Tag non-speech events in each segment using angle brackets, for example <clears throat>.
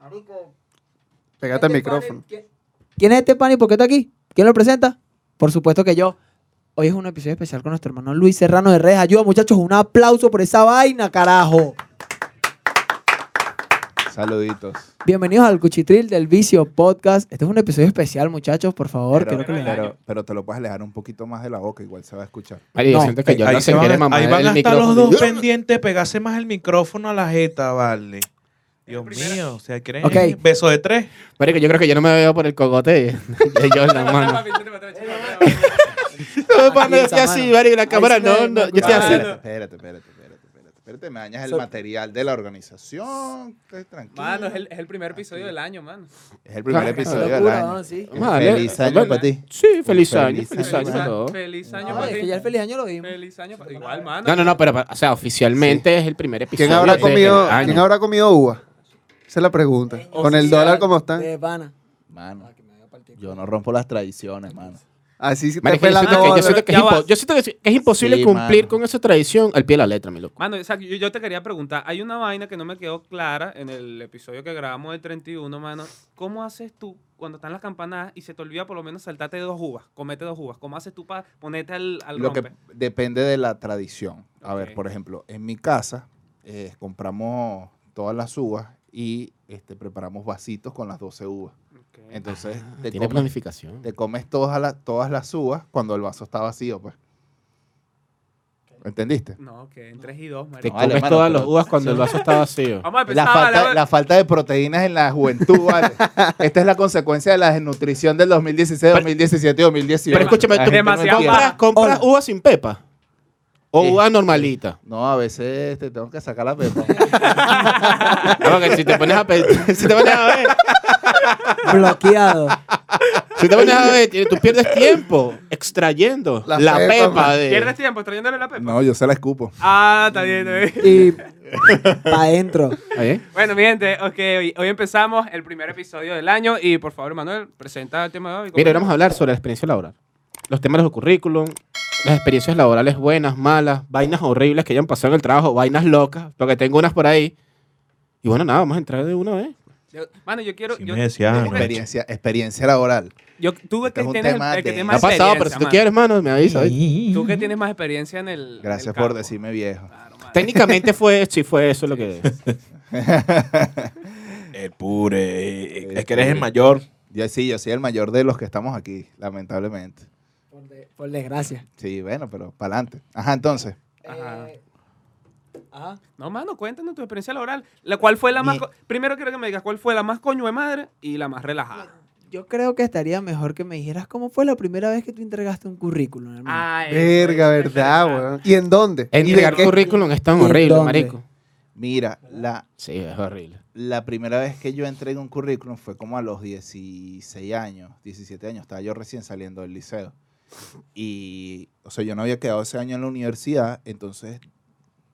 Marico. Pégate al este pana- micrófono. ¿quién- ¿Quién es este pan y por qué está aquí? ¿Quién lo presenta? Por supuesto que yo. Hoy es un episodio especial con nuestro hermano Luis Serrano de Redes. Ayuda, muchachos, un aplauso por esa vaina, carajo. Saluditos. Bienvenidos al Cuchitril del Vicio Podcast. Este es un episodio especial, muchachos, por favor. Pero, creo que le- pero, pero te lo puedes alejar un poquito más de la boca, igual se va a escuchar. Mario, yo No, siento que yo ahí no se se van, quiere a- ahí mamar van a el estar los micrófono. dos pendientes, pegarse más el micrófono a la jeta, vale. Dios mío, o sea, ¿creen? Ok. Beso de tres. Marico, yo creo que yo no me veo por el cogote de Jordan, mano. <laughs> No, pana, yo estoy así, Mario, y la cámara sí me- no, no, me yo estoy gusta. así. Mano. Ah, espérate, espérate, espérate, espérate, espérate. Me dañas el So- material de la organización. Te- Tranquilo. Mano, es el, es el primer episodio del año, mano. Es el primer Claro, episodio del locura, año. ¿no? Sí. Eh, Vale, Feliz año vale. para ti. Sí, feliz año, Feliz feliz año. año para todos. feliz año No, para Ah, es que ti. ya el feliz año lo vimos. Feliz año para Igual, mano. No, no, no, pero, o sea, oficialmente es el primer episodio. ¿Quién habrá, del comido, año. ¿Quién habrá comido uva? Esa es la pregunta. Con el dólar como está. De pana. Ah, Mano, yo no rompo las tradiciones, mano. Así se te Marico, yo pelan siento que- yo siento que es Ya va. impo- yo siento que es- que es imposible Sí, cumplir mano. con esa tradición al pie de la letra, mi loco. Mano, o sea, yo, yo te quería preguntar, hay una vaina que no me quedó clara en el episodio que grabamos del 31, mano. ¿Cómo haces tú cuando están las campanadas y se te olvida por lo menos saltarte dos uvas, comete dos uvas? ¿Cómo haces tú para ponerte al, al Lo rompe? que depende de la tradición. A ver, Ok. por ejemplo, en mi casa eh, compramos todas las uvas y este, preparamos vasitos con las 12 uvas. Ok. Entonces, te Tiene comes- planificación. te comes todas las, todas las uvas cuando el vaso está vacío, pues. ¿Entendiste? No, que en 3 y 2, Te vale, comes mano, todas las pero- uvas cuando el vaso está vacío. Vamos a La empezar, vale, falta, vale. la falta de proteínas en la juventud, vale. Esta es la consecuencia de la desnutrición del 2016, 2017 y 2018. Pero escúchame, La tú- gente no demasiado entiende. ¿Compras, compras uvas sin pepa? ¿O Eh, uva normalita? No, a veces te tengo que sacar la <laughs> pepa. No, que si te pones a pe- <laughs> si te pones a ver, Bloqueado. si te pones a ver, t- tú pierdes tiempo extrayendo La la, pepa, pepa, man. de. ¿Pierdes tiempo trayéndole la pepa? No, yo se la escupo. Ah, está bien, está bien. <laughs> Y para adentro. ¿Ah, eh? Bueno, mi gente, ok, hoy, hoy empezamos el primer episodio del año y por favor, Manuel, presenta el tema de hoy. Mira, ahora vamos a hablar sobre la experiencia laboral. Los temas de los currículum, las experiencias laborales buenas, malas, vainas horribles que hayan pasado en el trabajo, vainas locas, porque tengo unas por ahí. Y bueno, nada, vamos a entrar de una vez. Yo- Mano, yo quiero. Sí yo, me decían, yo- ¿no? Experiencia, experiencia laboral. yo- tú Este que es un tienes el, tema el que de- tienes Me ha más pasado, experiencia. pero si tú mano. quieres, mano, me avisas. ¿oíste? Tú que tienes más experiencia en el. Gracias en el por campo. decirme viejo. <laughs> Claro, mano. Técnicamente fue, sí fue eso lo que. El pure. eh, El Es que eres el pure. mayor. Yo sí, yo soy el mayor de los que estamos aquí, lamentablemente. Por, de- por desgracia. Sí, bueno, pero para adelante. Ajá, entonces. Ajá. Eh, ajá. No, mano, cuéntanos tu experiencia laboral. La, ¿Cuál fue la más. Mi- co- Primero quiero que me digas cuál fue la más coño de madre y la más relajada. Yo creo que estaría mejor que me dijeras cómo fue la primera vez que tú entregaste un currículum, hermano. Ah, eso, Verga, eso, eso, verdad, eso. weón. ¿Y en dónde? Entregar ¿Y de qué? currículum es tan ¿Y en horrible, dónde? marico. Mira, la, Sí, es horrible. la primera vez que yo entregué un currículum fue como a los 16 años, 17 años. Estaba yo recién saliendo del liceo. Y, o sea, yo no había quedado ese año en la universidad, entonces,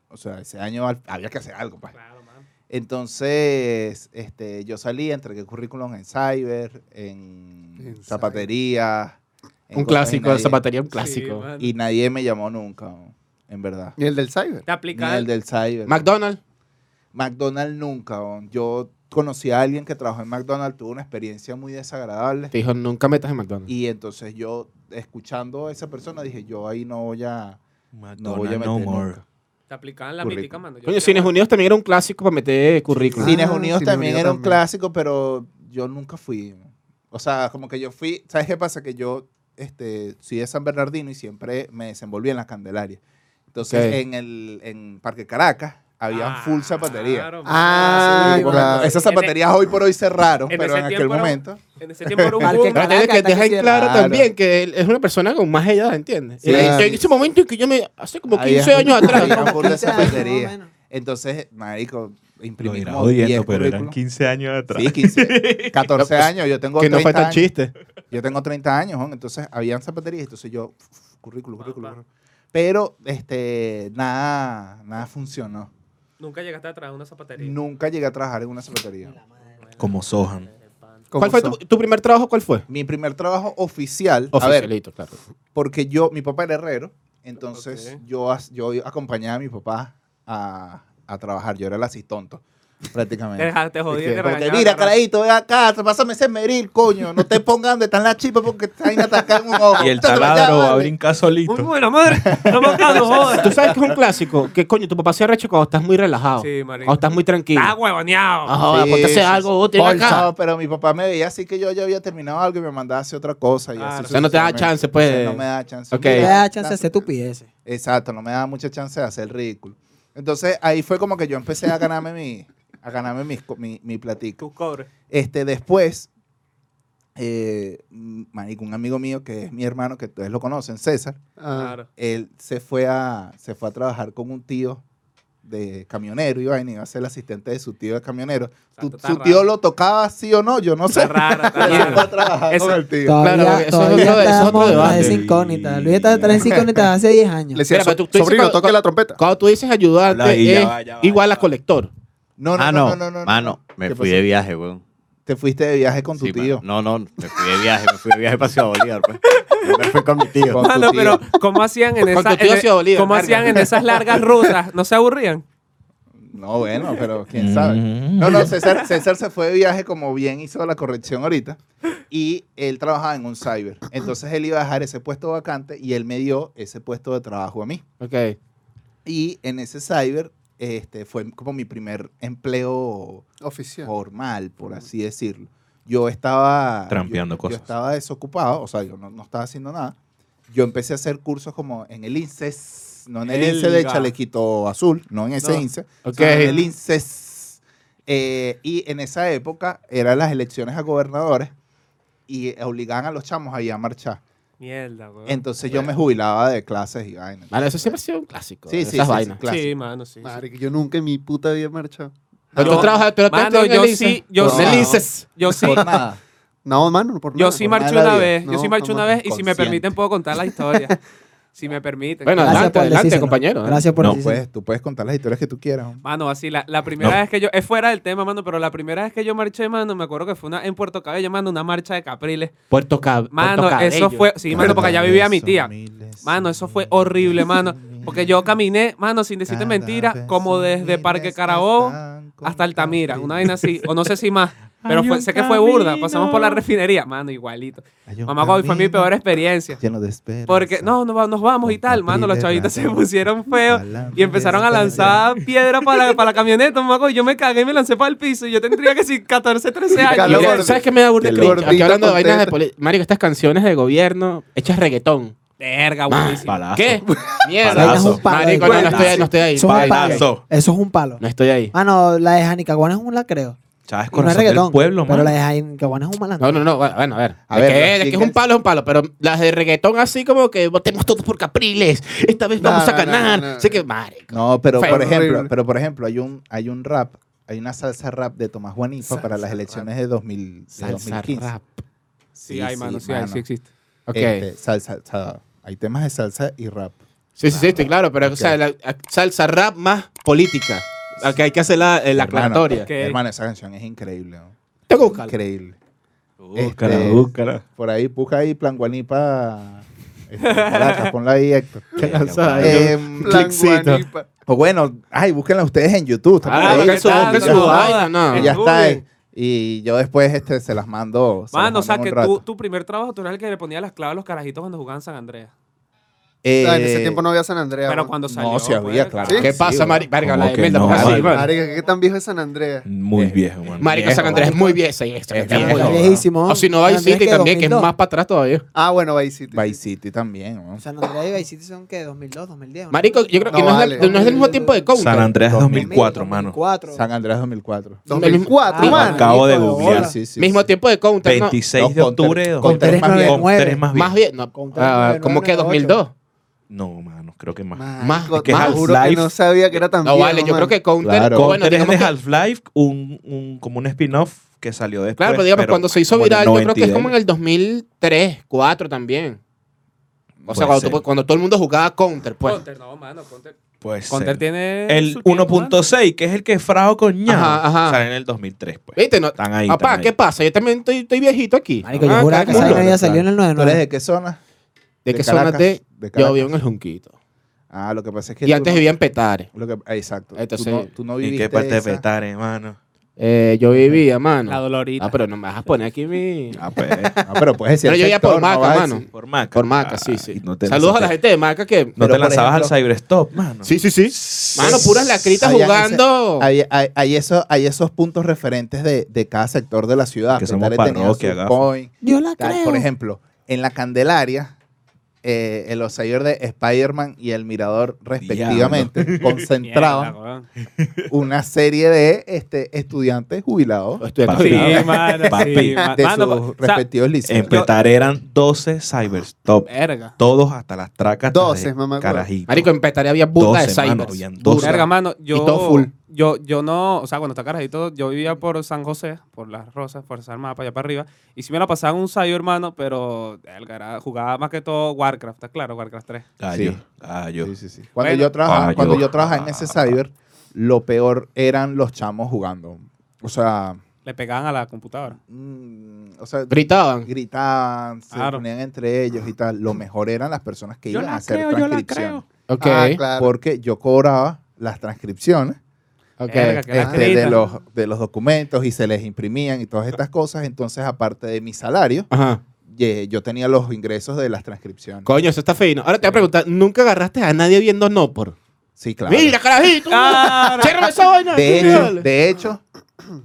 o sea, ese año al- había que hacer algo, pues. Claro, mano. Entonces, este, yo salí, entregué currículum en cyber, en, En cyber. zapatería. en cosas Un y clásico de nadie- zapatería, un Sí, clásico. mano. Y nadie me llamó nunca, en verdad. ¿Y el del cyber? Te Ni aplicaron. el del cyber. McDonald's. McDonald's nunca. weón. Yo conocí a alguien que trabajó en McDonald's, tuvo una experiencia muy desagradable. Te dijo, nunca metas en McDonald's. Y entonces yo, escuchando a esa persona, dije, yo ahí no voy a... No voy a McDonald's meter no more. nunca. Te aplicaban la Currículum. mítica, mano. Yo Coño, creo- Cines Unidos también era un clásico para meter currículum. Sí, Cines Ah, Unidos Cines también Unidos era un también. clásico, pero yo nunca fui. O sea, como que yo fui... ¿Sabes qué pasa? Que yo este, soy de San Bernardino y siempre me desenvolví en las Candelarias. Entonces, Ok. en el en Parque Caracas había Ah, full zapatería. claro, mano. Ah, Sí, claro. bueno, Esas En e- zapaterías hoy por hoy cerraron, en pero ese en aquel tiempo era- momento... En ese tiempo era un Parque boom. Pero tienes que Caracas, dejar está claro creciendo. también que él es una persona con más edad, ¿entiendes? Sí. Eh, yo en ese momento en que yo me. Hace como Había- 15 años atrás. había <laughs> full de 15 años, más o zapatería. menos. Entonces, marico, Lo imprimí irás como 10 odiando, pero eran currículum. 15 años atrás. Sí, <laughs> 15, 14 No, pues, años, yo tengo que 30 no fue tan años. chiste. Yo tengo 30 años, ¿no? entonces habían zapaterías, entonces yo, f- f- currículum, Pa, currículum. pa. currículum. Pero, este, nada, nada funcionó. Nunca llegaste a traer una zapatería. Nunca llegué a trabajar en una zapatería. Como Sohan. ¿Cuál fue tu, tu primer trabajo? ¿Cuál fue? Mi primer trabajo oficial, a ver, Oficialito, claro. porque yo, mi papá era herrero, entonces Ok. yo, as- yo acompañaba a mi papá a, a trabajar, yo era el asistonto. prácticamente. Te, te Es jodí, que- te porque regañaba, mira, carajo. carajito, ve acá, pásame ese meril, coño. No te pongan de tan la chipa porque te van a atacar un ojo. <laughs> Y el Entonces, ya, taladro va a vale. brincar Muy solito. buena madre. No me acabo, Tú joder. sabes que es un clásico. Que coño, tu papá se arrecho cuando estás muy relajado. Sí, marico. cuando estás muy tranquilo. Estás huevoneado. Ah, joder, Sí, ponte a hacer sí, algo útil acá. Bolsa, pero mi papá me veía así que yo ya había terminado algo y me mandaba a hacer otra cosa. Y Claro. así O sea, no te da sucesivamente. chance, pues, O sea, de- no me da chance. Ok. Mira, Te Te da chance la- de hacer tupideces. Exacto, no me da mucha chance de hacer ridículo. Entonces ahí fue como que yo empecé a ganarme mi, a ganarme mis co- mi, mi platico. Tus cobres. Este, después, eh, mm, marico, un amigo mío que es mi hermano, que ustedes lo conocen, César, Ah, Claro. él se fue a, se fue a trabajar con un tío de camionero, iba a venir a ser el asistente de su tío de camionero. Tu- Exacto, está su raro. tío lo tocaba sí o no, yo no sé. Está raro, está Y él fue a raro. trabajar <laughs> Eso- con <laughs> el tío. Todavía, Claro, porque eso es todavía otro- eso es otro estamos detrás de debate. esa incónita. Luis está <laughs> detrás de esa incógnita hace 10 años. Le decía, Mira, pero tú- "So- tú dices sobrino, cuando- toque la trompeta. Cuando tú dices ayudante, Habla ahí, ya es va, ya va, igual ya a va. colector. No, no, ah, no, no, no, no, no, no. Mano, ¿Qué me fui pasó? de viaje, weón. Te fuiste de viaje con tu Sí, tío. mano. No, no, me fui de viaje, me fui de viaje para Ciudad Bolívar, <laughs> pues. Yo me fui con mi tío. Con- <laughs> Mano, tu tío. pero ¿cómo hacían en Con tu esas, tío en- Ciudad Bolívar, ¿cómo larga. hacían en esas largas rutas? ¿No se aburrían? No, bueno, pero quién sabe. Mm. No, no, César, César se fue de viaje, como bien hizo la corrección ahorita, y él trabajaba en un cyber. Entonces él iba a dejar ese puesto vacante y él me dio ese puesto de trabajo a mí. Ok. Y en ese cyber este, fue como mi primer empleo Oficial. formal, por así decirlo. Yo estaba... Trampeando yo- cosas. Yo estaba desocupado, o sea, yo no, no estaba haciendo nada. Yo empecé a hacer cursos como en el INSES, no en el INSES de Elga. Chalequito Chalequito Azul, no en ese No. INSES, Ok. sino en el INSES. Eh, y en esa época eran las elecciones a gobernadores y obligaban a los chamos a ir a marchar. Mierda, weón. Entonces yo me jubilaba de clases y vainas. Ah, Vale, eso siempre ha sido un clásico. Sí, de sí, sí, esas sí, vainas. clásico. Sí, mano, sí. sí. Marico, yo nunca en mi puta vida he marchado. Pero Yo- tú trabajas, pero tú Mano, estudias en yo el ICE. sí- yo En sí- el ICE. Yo sí, Por nada. No, mano, no por yo nada. sí por nada marché de la una vida. vez. yo No, sí marché una jamás. vez y si me Consciente. permiten puedo contar la historia. si me permiten. Bueno, claro. adelante, adelante, decírselo. compañero, ¿eh? Gracias por No, Tú decírselo. puedes, tú puedes contar las historias que tú quieras. hombre. Mano, así, la, la primera No. vez que yo, es fuera del tema, mano, pero la primera vez que yo marché, mano, me acuerdo que fue una, en Puerto Cabello, mano, una marcha de capriles. Puerto Cab. Mano, eso Puerto Cabello. fue, sí, mano, porque allá vivía mi Son tía. miles, Mano, eso son fue horrible, mano. miles. Porque yo caminé, mano, sin decirte Cada mentira, vez como son desde miles Parque que Carabobo están con hasta Altamira, Capri. una vaina así, o no sé si más. Pero Hay fue- un sé que fue burda, pasamos por la camino. refinería, mano, igualito. Hay un Mamá, güey, fue mi camino peor experiencia. Lleno de esperanza. Porque, no, no va- nos vamos y Con tal, mano, los Capri chavitos se <laughs> Bernardo. pusieron feos Adelante, y empezaron a esta lanzar piedra para la, para la camioneta, mamá, y yo me cagué y me lancé para el piso y yo tendría que si 14, 13 años. Calor. Mira, ¿Sabes qué me da burda Del cringe? gordito Aquí hablando de vainas de contento. política. Marico, estas canciones de gobierno hechas reggaetón. Verga, buenísimo. Palazo. <laughs> ¿Qué? Mierda. Palazo. Eso es un palo. Marico, no, no estoy ahí, no estoy ahí. Eso es un palo. Palazo. Eso es un palo. No estoy ahí. Ah, no, la de Janica Guana es un lacreo. Chávez No es Corazón del reggaetón. Pueblo, pero la de mano. Janica Guana es un malandro. No, no, no. Bueno, a ver. A es ver, que, Rafi, es que es ¿qué un es? palo, es un palo. Pero las de reggaetón así como que votemos todos por Capriles. Esta vez No, vamos a no, no, ganar. no, no. Sé que, marico. No, pero Fue por ejemplo, horrible. pero por ejemplo, hay un hay un rap, hay una salsa rap de Tomás Juanifa para las elecciones de 2000 de Salsa 2015. rap. Sí, hay, mano, sí, hay, sí existe. Ok. Este, salsa, o sea, hay temas de salsa y rap. Sí, sí, sí, ah, estoy claro, pero o sea, la, la salsa rap más política. La que hay que hacer la, eh, la Hermano, aclaratoria. ok. Hermano, esa canción es increíble. ¿no? Tengo que buscarla. Increíble. Búscala, Este, búscala. Por ahí, busca ahí Plan Guanipa. este, Caracas, ponla ahí, Héctor. Salsa- Eh, Plan Guanipa. o bueno, ay, búsquenla ustedes en YouTube. también Ah, ahí busquen su, está, busquen no, su vaina, no. Ya está. Google. eh, Y yo después este, se las mando. se las Mano, mando o sea, en un que rato. tú, tu primer trabajo tú eras el que le ponía las claves a los carajitos cuando jugaban San Andreas. Eh, Ah, en ese tiempo no había San Andrea. Pero mano. cuando no, salió. sí había, pues, claro. ¿Sí? ¿Qué Sí, pasa, weón. Marico? Verga, la ¿Cómo de que Mel no, tampoco así, marico? mano. Ah, Marica, ¿qué tan viejo es San Andrea? Muy viejo, mano. Marico, Viejo, San Andrés es muy vieja y este esto. Es viejo. viejo. Es viejísimo. O si no, Vice San Andrés, City ¿qué, también, que es 2002? más para atrás todavía. Ah, bueno, Vice City. Vice City también. ¿no? San Andrés y Vice City son que 2002, 2010. ¿no? Marico, yo creo que No no, es, vale. la- no es del mismo tiempo de Counter. San Andrés 2004, 2004, mano. 2004. San Andrés 2004. 2004, Ah, mano. Acabo de marico, googlear. hola. Sí, sí, Mismo sí. tiempo de Counter, ¿no? 26 de No, Conter- octubre de Con Conter- 2000. es más viejo. 399. Tres más bien. Más bien, no, Counter ah, 99, como que 2002. No, mano, creo que más. Más- Más, que más juro que Half-Life. no sabía que era tan No viejo, vale, yo mano. creo que Counter. Claro. bueno, Con tres digamos de que- Half-Life, un, un, como un spin-off que salió después. Claro, pero digamos, cuando se hizo como en el viral, yo creo que es 92. como en el 2003, 2004 también. O sea, Puede cuando, ser. tú- cuando todo el mundo jugaba Counter, pues. Conter, no, mano, Conter. Pues Conter tiene. El su tiempo, mano. 1.6, que es el que frajo con ñao, Ajá, ajá. sale en el 2003, pues. ¿Viste? No- Están ahí. Papá, están ahí. ¿qué pasa? Yo también estoy, estoy viejito aquí. Marico, Ah, yo juraba que cada esa culo. vaina había salido en el ¿Tú eres 99. de qué zona? ¿De qué Caracas, zona te? de Yo Caracas. vivo en el Junquito. Ah, lo que pasa es que. Y tú antes no- vivía en Petare. lo que- ah, exacto. Tú Entonces- no- tú no ¿Y viviste qué parte de esa- petar, hermano? Eh, yo vivía, La mano. dolorita. Ah, pero no me vas a poner aquí mi... Ah, pues, ah, pero puedes decir. Pero el yo vivía por sector, no Maca, vas a mano. decir- Por Maca. Por Maca, Ah, sí, sí. y no te Saludos a lanzaste- la gente de Maca que... No Pero, te por lanzabas ejemplo- al Cyberstop, mano. Sí, sí, sí. Mano, puras lacritas Habían jugando. Hay, hay, hay esos, hay esos puntos referentes de, de cada sector de la ciudad. Que somos Petare tenía parroquia, su gafa. point, Yo la tal. Por ejemplo, en la Candelaria, eh, en los ayer de Spider-Man y el Mirador, respectivamente, <laughs> concentraban una serie de este, estudiantes jubilados Estudiantes Papi. jubilados. Sí, mano, sí, Papi. mano. de Mano, sus o sea, respectivos liceos. En Petar eran 12 Cyberstop. Verga. Todos hasta las tracas. 12, mamá. Carajito. Marico, en Petare había burda de 12, mano, cybers. habían Burda. 12. Verga, mano, yo, todo full. yo, yo no, o sea, cuando está carajito, yo vivía por San José, por las Rosas, Fuerza Armada, para allá para arriba, y sí me la pasaba en un cyber, hermano, pero verga, era- jugaba más que todo Warcraft, está claro, Warcraft 3. Gallo. Sí. Gallo. Sí, sí, sí. Cuando, Bueno. yo trabajaba, Ah, cuando yo- yo trabajaba en ese cyber, lo peor eran los chamos jugando. O sea, Le pegaban a la computadora. mm, o sea Gritaban. gritaban, se Claro. ponían entre ellos y tal. Lo mejor eran las personas que Yo iban a la hacer creo, yo la transcripción. Ok, Ah, claro. Porque yo cobraba las transcripciones ok. Verga, que la este, crita. de, los, de los documentos y se les imprimían y todas estas cosas. Entonces, aparte de mi salario, Ajá. ye- yo tenía los ingresos de las transcripciones. Coño, eso está fino. Ahora te voy a preguntar, ¿nunca agarraste a nadie viendo no por? Sí, claro. <laughs> Mira, carajito. Cierra esa vaina. De hecho, Dale. de hecho,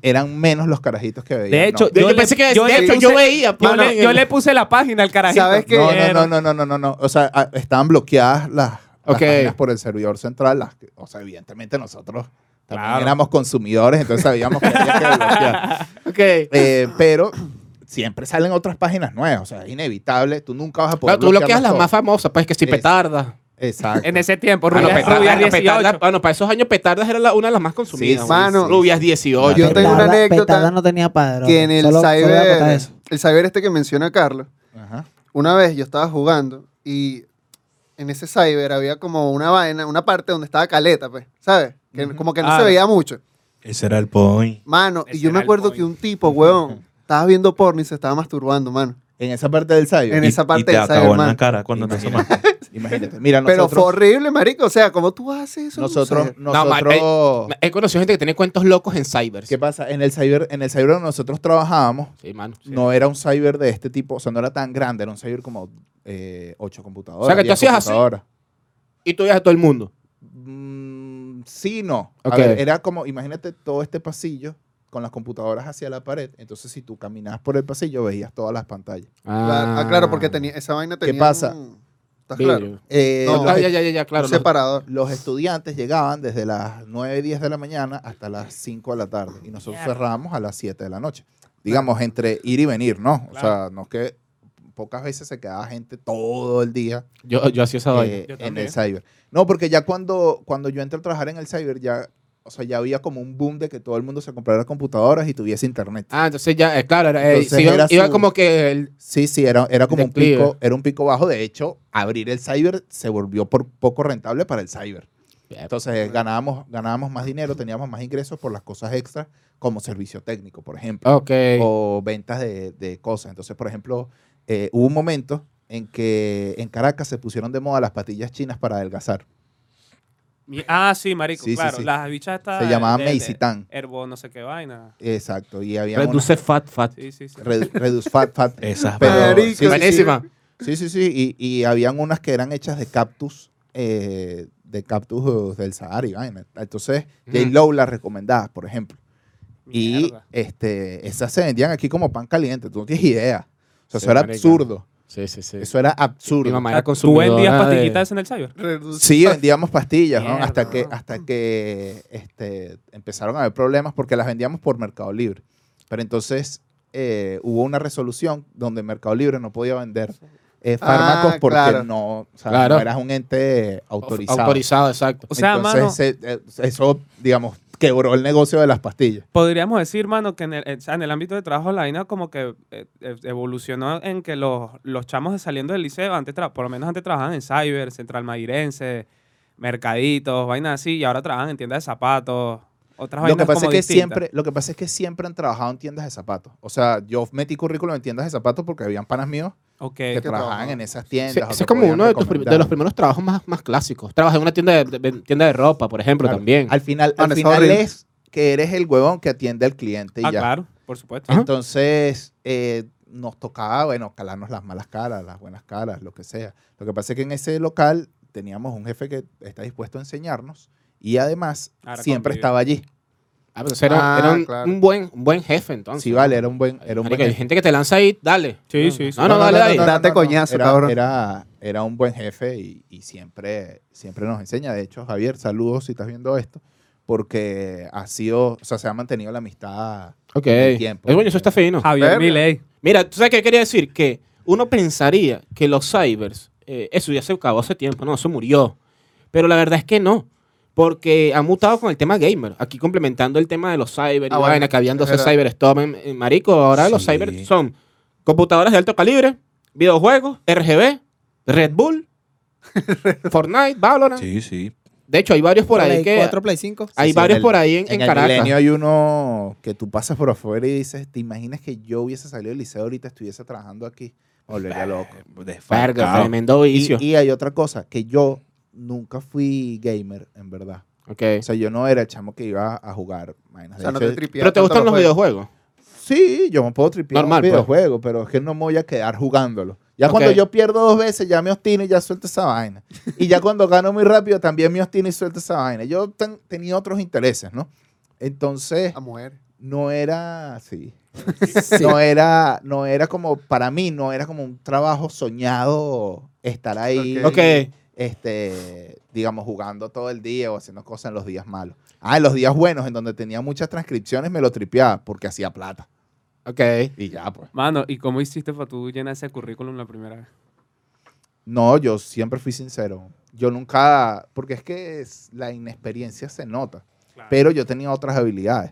eran menos los carajitos que veían. De hecho, ¿no? De- yo, le- pensé que yo de le hecho, yo puse- veía. Yo, pues, le, en yo el- le puse la página al carajito. ¿Sabes qué? No, no, Pero- no, no, no, no, no. O sea, a- estaban bloqueadas las, las Ok. páginas por el servidor central. las que- o sea, evidentemente nosotros también Claro. éramos consumidores, entonces sabíamos que había que bloquear. <laughs> Ok. Eh, pero siempre salen otras páginas nuevas. O sea, es inevitable. Tú nunca vas a poder Claro, tú bloqueas bloquearlas las más todas. famosas, pues que si Es- petarda. Exacto. En ese tiempo, Ah, no, Rubia, petarda, Rubia no, petarda- 18. ah, no, para esos años petardas era la- una de las más consumidas. güey. Sí, mano. Rubias 18. Yo tengo una anécdota Petada no tenía padrón. que en el Solo- solo voy a contar cyber, eso. el cyber este que menciona Carlos, Ajá. una vez yo estaba jugando y en ese cyber había como una vaina, una parte donde estaba caleta, pues, ¿sabes? Que Como que no se Ah. veía mucho. Ese era el point. Mano, y Ese yo me era el acuerdo point. que un tipo, weón, estaba viendo porno y se estaba masturbando, mano. En esa parte del cyber. En Y- esa y parte te del acabó en la Cyberman. cara cuando te Imagínate. asomaste. Imagínate. <laughs> Mira, Pero nosotros... fue horrible, marico. O sea, ¿cómo tú haces eso? en un nosotros, cyber? No, man, nosotros- He conocido gente que tiene cuentos locos en cybers. ¿Qué pasa? En el cyber, en el cyber donde nosotros trabajábamos, Sí, mano. no era un cyber de este tipo, o sea, no era tan grande, era un cyber como eh, 8 computadoras. O sea, que tú 10 hacías así. computadoras. Y tú veías a todo el mundo. Mm, sí, no. A Ok. ver, era como, imagínate todo este pasillo con las computadoras hacia la pared. Entonces, si tú caminabas por el pasillo, veías todas las pantallas. Claro, ah, claro, porque tenía, esa vaina tenía. pasa? un- ¿Estás claro? Eh, No. los, Ah, ya, ya, ya, ya, claro. un los- separador. los estudiantes llegaban desde las 9, 10 de la mañana hasta las 5 de la tarde. Y nosotros cerrábamos a las 7 de la noche. Digamos, entre ir y venir, ¿no? O sea, no es que pocas veces se quedaba gente todo el día Yo, yo hacía esa vaina. eh, Yo en también. el cyber. No, porque ya cuando, cuando yo entré a trabajar en el cyber, ya, o sea, ya había como un boom de que todo el mundo se comprara computadoras y tuviese internet. Ah, entonces ya, eh, claro, era, eh, Entonces sí, iba- era iba su- como que el- Sí, sí, era, era como un Declive. pico, era un pico bajo. De hecho, abrir el cyber se volvió por poco rentable para el cyber. Entonces eh, ganábamos, ganábamos más dinero, teníamos más ingresos por las cosas extras, como servicio técnico, por ejemplo. Ok. o ventas de, de cosas. Entonces, por ejemplo, eh, hubo un momento en que en Caracas se pusieron de moda las pastillas chinas para adelgazar. Mi- Ah, sí, marico, Sí, sí, claro. sí. Las bichas estas... Ah, Se llamaba de- de- Meicitan. Herbo no sé qué vaina. Exacto. Y había Reduce fat, fat. Sí, sí, sí. Reduce Fat <laughs> Fat. Eh. Esas Pero- vainas. Marico, sí, Buenísima. Sí, sí, sí. Y, y habían unas que eran hechas de cactus, eh, de cactus eh, del Sahara y vaina. Entonces, J. Low las recomendaba, por ejemplo. Y Mierda. este, esas se vendían aquí como pan caliente. Tú no tienes idea. O sea, Sí, eso era marica. absurdo. Sí, sí, Ah, sí. Eso era absurdo. Mi mamá O sea, era Ah, ¿Tú consumidora vendías de- pastillitas en el cyber? Sí, vendíamos pastillas, ¿no? Mierda, Hasta que, ¿no? hasta que este, empezaron a haber problemas porque las vendíamos por Mercado Libre. Pero entonces eh, hubo una resolución donde Mercado Libre no podía vender eh, Ah, fármacos porque claro. no, o sea, Claro. no eras un ente autorizado. Autorizado, exacto. O sea, entonces mano, se- eh, eso, digamos, quebró el negocio de las pastillas. podríamos decir, mano, que en el, eh, o sea, en el ámbito de trabajo la vaina como que eh, eh, evolucionó en que los, los chamos de saliendo del liceo, antes tra- por lo menos antes trabajaban en cyber, central madirense, mercaditos, vainas así, y ahora trabajan en tiendas de zapatos, otras Lo vainas que, pasa es como que distintas. siempre, lo que pasa es que siempre han trabajado en tiendas de zapatos. O sea, yo metí currículum en tiendas de zapatos porque habían panas míos Ok. que Ah, que trabajaban trabajaban. en esas Sí, tiendas. o ese que es como podían uno de, tus prim- de recomendar. los primeros trabajos más, más clásicos. Trabajas en una tienda de, de- tienda de ropa, por ejemplo, Claro. también. Al final, Bueno, al eso final horrible. es que eres el huevón que atiende al cliente y Ah, ya. claro, por supuesto. Ajá. Entonces, eh, nos tocaba, bueno, calarnos las malas caras, las buenas caras, lo que sea. Lo que pasa es que en ese local teníamos un jefe que está dispuesto a enseñarnos y además Ahora siempre convive. estaba allí. Ah, pero ese era, Ah, era un, claro. un buen, un buen jefe, entonces. Sí, vale, era un buen, era un Marico, buen hay jefe. gente que te lanza ahí, dale. Sí, sí, sí. Ah, Ah, No, no, dale, dale. no, Date coñazo, era, cabrón. Era, era un buen jefe y, y siempre, siempre nos enseña. De hecho, Javier, saludos si estás viendo esto, porque ha sido, o sea, se ha mantenido la amistad. Ok. el tiempo. Es bueno, eso está fino. pues, Javier Verga. Milei. Mira, ¿tú sabes qué quería decir? Que uno pensaría que los cybers, eh, eso ya se acabó hace tiempo, no, eso murió. Pero la verdad es que no. Porque ha mutado con el tema gamer. Aquí complementando el tema de los cyber, y Ah, bueno, vaina, que habían es 12 verdad. cyberstop en, en Marico. Ahora los Sí. cyber son computadoras de alto calibre, videojuegos, RGB, Red <laughs> Bull, Fortnite, Valorant. Sí, sí. De hecho, hay varios por ahí Play que. 4, Play 5. Ah, Hay Sí, sí, varios en el- por ahí en, en el Caracas. milenio hay uno que tú pasas por afuera y dices, ¿te imaginas que yo hubiese salido del liceo ahorita estuviese trabajando aquí? Me Volvería loco. Verga, Desfalcao. tremendo vicio. Y, y hay otra cosa, que yo nunca fui gamer, en verdad. Ok. O sea, yo no era el chamo que iba a jugar. vainas. O sea, De no hecho, te tripeas. Pero te tanto gustan los juegos. videojuegos. Sí, yo me puedo tripear Normal, un pues. videojuego, pero es que no me voy a quedar jugándolo. Ya Ok. cuando yo pierdo dos veces, ya me obstino y ya suelto esa vaina. Y ya cuando gano muy rápido, también me obstino y suelto esa vaina. Yo ten- tenía otros intereses, ¿no? Entonces, A Ah. mujeres. no era <laughs> así. Sí. No era, no era como, para mí, no era como un trabajo soñado estar ahí, Ok. Ok. este, digamos, jugando todo el día o haciendo cosas en los días malos. Ah, en los días buenos, en donde tenía muchas transcripciones, me lo tripeaba porque hacía plata. Ok. Y ya, pues. Mano, ¿y cómo hiciste para tú llenar ese currículum la primera vez? No, yo siempre fui sincero. Yo nunca, porque es que es- la inexperiencia se nota, pero yo tenía otras habilidades.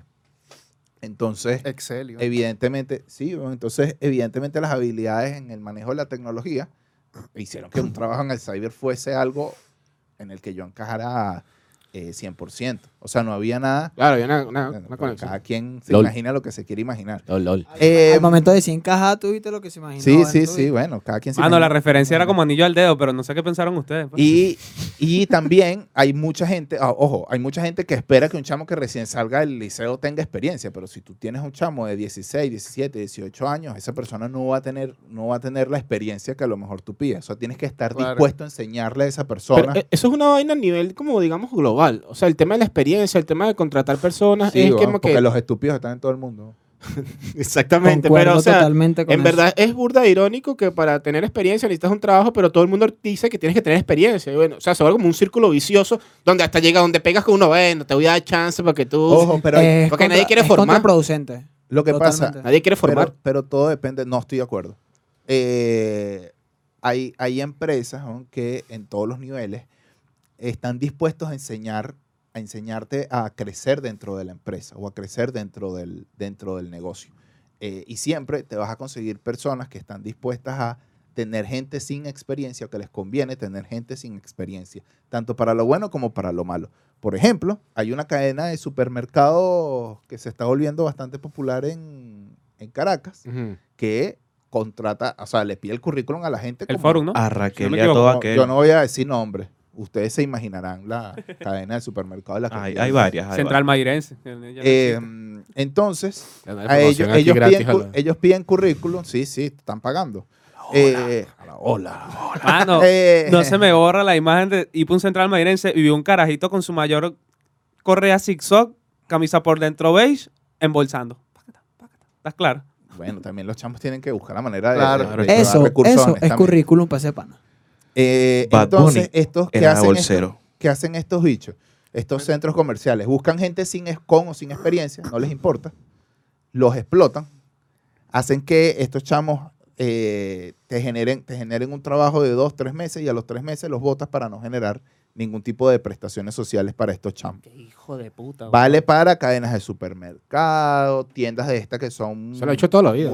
Entonces, Excel. Eh, igual. evidentemente, sí, bueno, entonces, evidentemente las habilidades en el manejo de la tecnología hicieron que un trabajo en el cyber fuese algo en el que yo encajara eh, 100%. O sea, no había nada. Claro, hay una, bueno, una, Ah, una pero conexión. cada quien se Lol. imagina lo que se quiere imaginar. LOL, LOL. Eh, em, Al momento de 100 cajas, tú viste lo que se imaginó. sí, ¿no? sí, Tú sí, bueno, cada quien se Ah, Mano, la imagina. referencia era como anillo al dedo, pero no sé qué pensaron ustedes. pues. Y, y también hay mucha gente, ah, ojo, hay mucha gente que espera que un chamo que recién salga del liceo tenga experiencia, pero si tú tienes un chamo de 16, 17, 18 años, esa persona no va a tener, no va a tener la experiencia que a lo mejor tú pides. O sea, tienes que estar Claro. dispuesto a enseñarle a esa Pero persona. eh, eso es una vaina a nivel, como digamos, global. O sea, el tema de la experiencia, el tema de contratar personas, Sí, es bueno, como porque que... <laughs> los estúpidos están en todo el mundo. Exactamente, Concuerdo pero o sea, totalmente con en eso. verdad es burda irónico que para tener experiencia necesitas un trabajo, pero todo el mundo dice que tienes que tener experiencia. Y bueno, o sea, se vuelve como un círculo vicioso donde hasta llega donde pegas con uno, bueno, te voy a dar chance para que tú... Ojo, pero Es porque contra- nadie quiere es formar. contraproducente. lo que pasa, totalmente. Nadie quiere Pero- formar. Pero, todo depende, no estoy de acuerdo. Eh, hay, hay empresas ¿no? que en todos los niveles están dispuestos a enseñar a enseñarte a crecer dentro de la empresa o a crecer dentro del, dentro del negocio. Eh, y siempre te vas a conseguir personas que están dispuestas a tener gente sin experiencia o que les conviene tener gente sin experiencia, tanto para lo bueno como para lo malo. Por ejemplo, hay una cadena de supermercados que se está volviendo bastante popular en, en Caracas, Ujú. que contrata, o sea, le pide el currículum a la gente. el como- forum, ¿no? A Si no Raquel me y a todo equivoco, aquel. Yo no voy a decir nombres. Ustedes se imaginarán la cadena de supermercados. de La que Hay, yo- hay varias. hay Central Mairense. Eh, entonces, Ya no hay a ellos, promoción aquí ellos, gratis piden, a cu- la- ellos piden currículum. Sí, sí, te están pagando. Eh, varias. Mano, <laughs> eh, no se me borra la imagen de Ipun Central Mairense y vi un carajito con su mayor correa zigzag, camisa por dentro beige, embolsando. Pácata, pácata. ¿Estás claro? Bueno, también los chamos tienen que buscar la manera de, Claro. de- de llevar Eso, recursos eso es honestamente. currículum para ese pana. Eh, Bad Bunny entonces, estos que Era hacen esto- bolsero. ¿Qué hacen estos bichos? Estos centros comerciales. Buscan gente sin es- con o sin experiencia, no les importa. Los explotan. Hacen que estos chamos eh, te, generen, te generen un trabajo de dos, tres meses y a los tres meses los botas para no generar ningún tipo de prestaciones sociales para estos chamos. hijo de puta. Vale para cadenas de supermercado, tiendas de estas que son Se lo ha hecho toda la vida.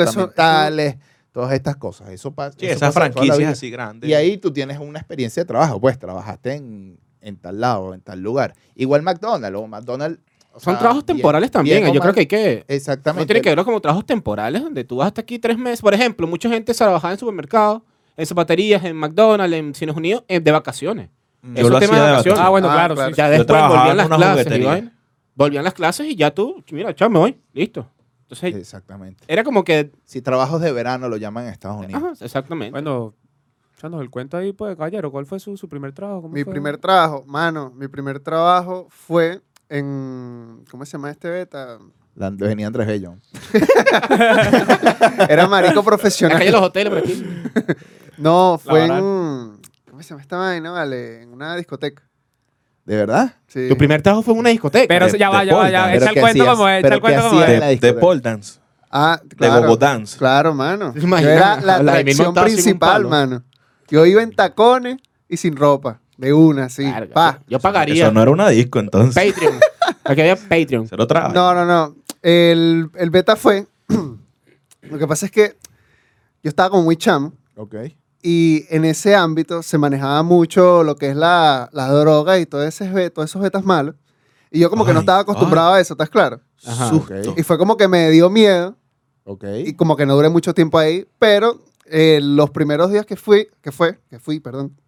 multidepartamentales, todas estas cosas. Eso, pa- Sí, eso esas pasa toda la franquicias vida. así grandes. Y ahí tú tienes una experiencia de trabajo, pues trabajaste en, en tal lado, en tal lugar. Igual McDonald's, o McDonald's, O Son sea, trabajos bien- temporales también. bien Yo coman- creo que hay que. Exactamente. No tiene que verlo como trabajos temporales donde tú vas hasta aquí tres meses. Por ejemplo, mucha gente trabajaba en supermercados, en zapaterías, en McDonald's, en Cines Unidos, eh, de vacaciones. Mm. Yo Eso lo es tema hacía de de vacaciones. vacaciones. Ah, bueno, Ah, claro, claro. sí. Ya Yo después trabajaba volvían en las una clases. y juguetería. vaina. Volvían las clases y ya tú, mira, chao, me voy. Listo. Entonces, Exactamente. era como que. Si trabajos de verano lo llaman en Estados Unidos. Ajá, exactamente. Bueno, échanos el cuento ahí, pues, caballero. ¿Cuál fue su, su primer trabajo? ¿Cómo Mi fue? primer trabajo, mano, mi primer trabajo fue en. ¿Cómo se llama este beta? La- venía Andrés Bellón. Era <laughs> marico En la calle de profesional. los hoteles, por aquí. No, fue Laboral. en. ¿Cómo se llama esta vaina? Vale, en una discoteca. ¿De verdad? Sí. Tu primer trabajo fue en una discoteca. Pero ya va, ya va, ya va. Pero Echa el ¿qué cuento hacías? como es, echa ¿Pero el cuento qué como hacías es. en la De, de discoteca? pole dance, Ah, de claro. Bobo Dance. <laughs> Claro, mano. Yo Imagina, era la Vladimir atracción montado sin un principal, palo. mano. Yo iba en tacones y sin ropa. De una, sí. Verga, Pa. Yo pagaría. Eso no era una disco entonces. Patreon. Aquí había Patreon. Eso era otra vaina. No, no, no. El, el beta fue. <clears throat> lo que pasa es que yo estaba como muy chamo. Ok. Y en ese ámbito se manejaba mucho lo que es la, la droga y todo ese, ve- todos esos betas malos. Y yo como que no Ay, estaba acostumbrado a eso, ¿estás claro? Ajá. Susto. Y fue como que me dio miedo Ok. y como que no duré mucho tiempo ahí. Pero eh, los primeros días que fui, que fue, que fui, perdón,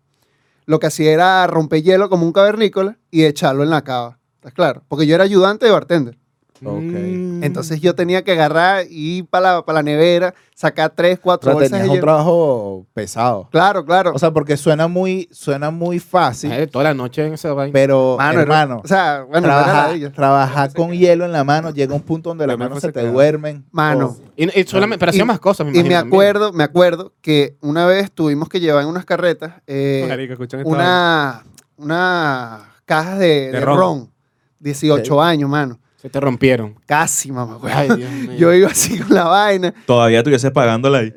lo que hacía era romper hielo como un cavernícola y echarlo en la cava, ¿estás claro? Porque yo era ayudante de bartender. Ok. Mm. Entonces yo tenía que agarrar, ir para la, pa' la nevera, sacar tres, O cuatro sea, bolsas de tenías un hielo. trabajo pesado. Claro, claro. O sea, porque suena muy, suena muy fácil, Ay, toda la noche en esa vaina. pero Mano, era- hermano, Ah, o sea, bueno, no era ladilla. trabajar trabajar con hielo en la mano llega un punto donde La las mano manos se se te queda. duermen. Mano. Oh, y, y solamente, pero hacía Y- más cosas, me Y imagino me también. acuerdo, me acuerdo que una vez tuvimos que llevar en unas carretas eh, Marico, escuchan esta vaina. una, una caja de, De de ron. ron. 18 años, mano. Se te rompieron. Casi, mamá. güey. Ay, <laughs> Dios mío. Yo iba así con la vaina. Todavía estuviese pagándola ahí.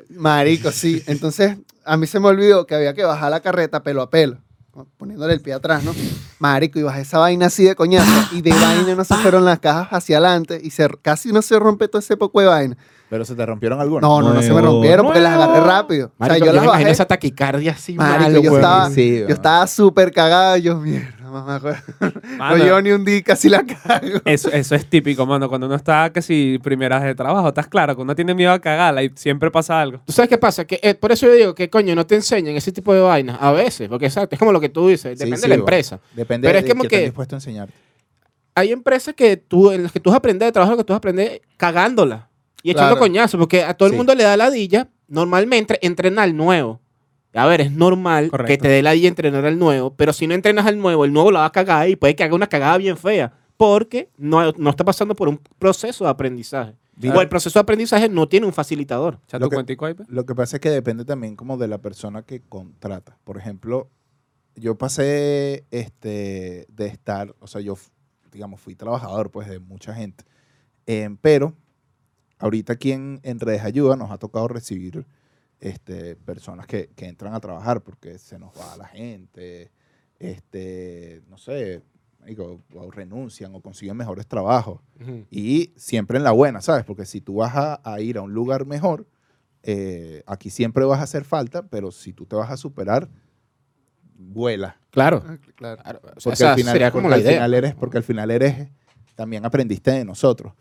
<laughs> Marico, sí. Entonces, a mí se me olvidó que había que bajar la carreta pelo a pelo. Poniéndole el pie atrás, ¿no? Marico, y bajé esa vaina así de coñazo. Y de vaina no se fueron las cajas hacia adelante. Y se, casi no se rompe todo ese poco de vaina. Pero se te rompieron algunas. No, no, no se me Nuevo. rompieron porque las agarré Nuevo. rápido. O sea, Marico, yo yo las me imagino bajé. esa taquicardia así, Marico, mal, yo huevón. estaba- Sí, Yo estaba súper cagado, yo, mierda, mamá. güey. No Mano, llevo ni un día y casi la cago. Eso, eso es típico, mano. Cuando uno está casi primeras de trabajo, estás claro que uno tiene miedo a cagarla y siempre pasa algo. ¿Tú sabes qué pasa? Que eh, por eso yo digo que, coño, no te enseñan ese tipo de vainas. A veces, porque exacto, es como lo que tú dices. Depende sí, de la bueno. empresa. Depende Pero es de como qué estén que- dispuesto a enseñarte. Hay empresas que tú, en las que tú aprendes de trabajo, que tú aprendes cagándola y echando Claro. coñazos, porque a todo Sí. el mundo le da ladilla normalmente entrenar al nuevo. A ver, es normal que Correcto. te dé ladilla entrenar al nuevo, pero si no entrenas al nuevo, el nuevo la va a cagar y puede que haga una cagada bien fea, porque no, no está pasando por un proceso de aprendizaje. Mira. O el proceso de aprendizaje no tiene un facilitador. Echa Lo tu que- cuentico ahí, pues. pe. Lo que pasa es que depende también como de la persona que contrata. Por ejemplo, yo pasé este, de estar, o sea, yo, f- digamos, fui trabajador pues de mucha gente. Em, pero ahorita aquí en, en Redes Ayuda nos ha tocado recibir este, personas que, que entran a trabajar porque se nos va la gente, este, no sé, digo, o renuncian o consiguen mejores trabajos. Y siempre en la buena, ¿sabes? Porque si tú vas a, a ir a un lugar mejor, eh, aquí siempre vas a hacer falta, pero si tú te vas a superar, vuela. Claro. Claro. O sea, Porque esa al final, sería como porque la al idea. final eres, porque al final eres, eh, también aprendiste de nosotros.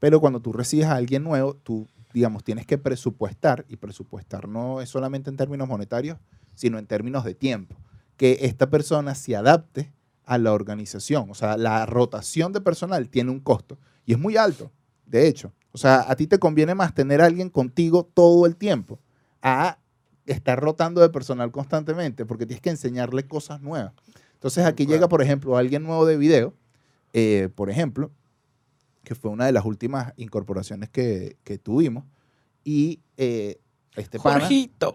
Pero cuando tú recibes a alguien nuevo, tú, digamos, tienes que presupuestar, y presupuestar no es solamente en términos monetarios, sino en términos de tiempo. Que esta persona se adapte a la organización. O sea, la rotación de personal tiene un costo y es muy alto, de hecho. O sea, a ti te conviene más tener a alguien contigo todo el tiempo a estar rotando de personal constantemente porque tienes que enseñarle cosas nuevas. Entonces aquí llega, por ejemplo, alguien nuevo de video, eh, por ejemplo, que fue una de las últimas incorporaciones que, que tuvimos y eh, este pana-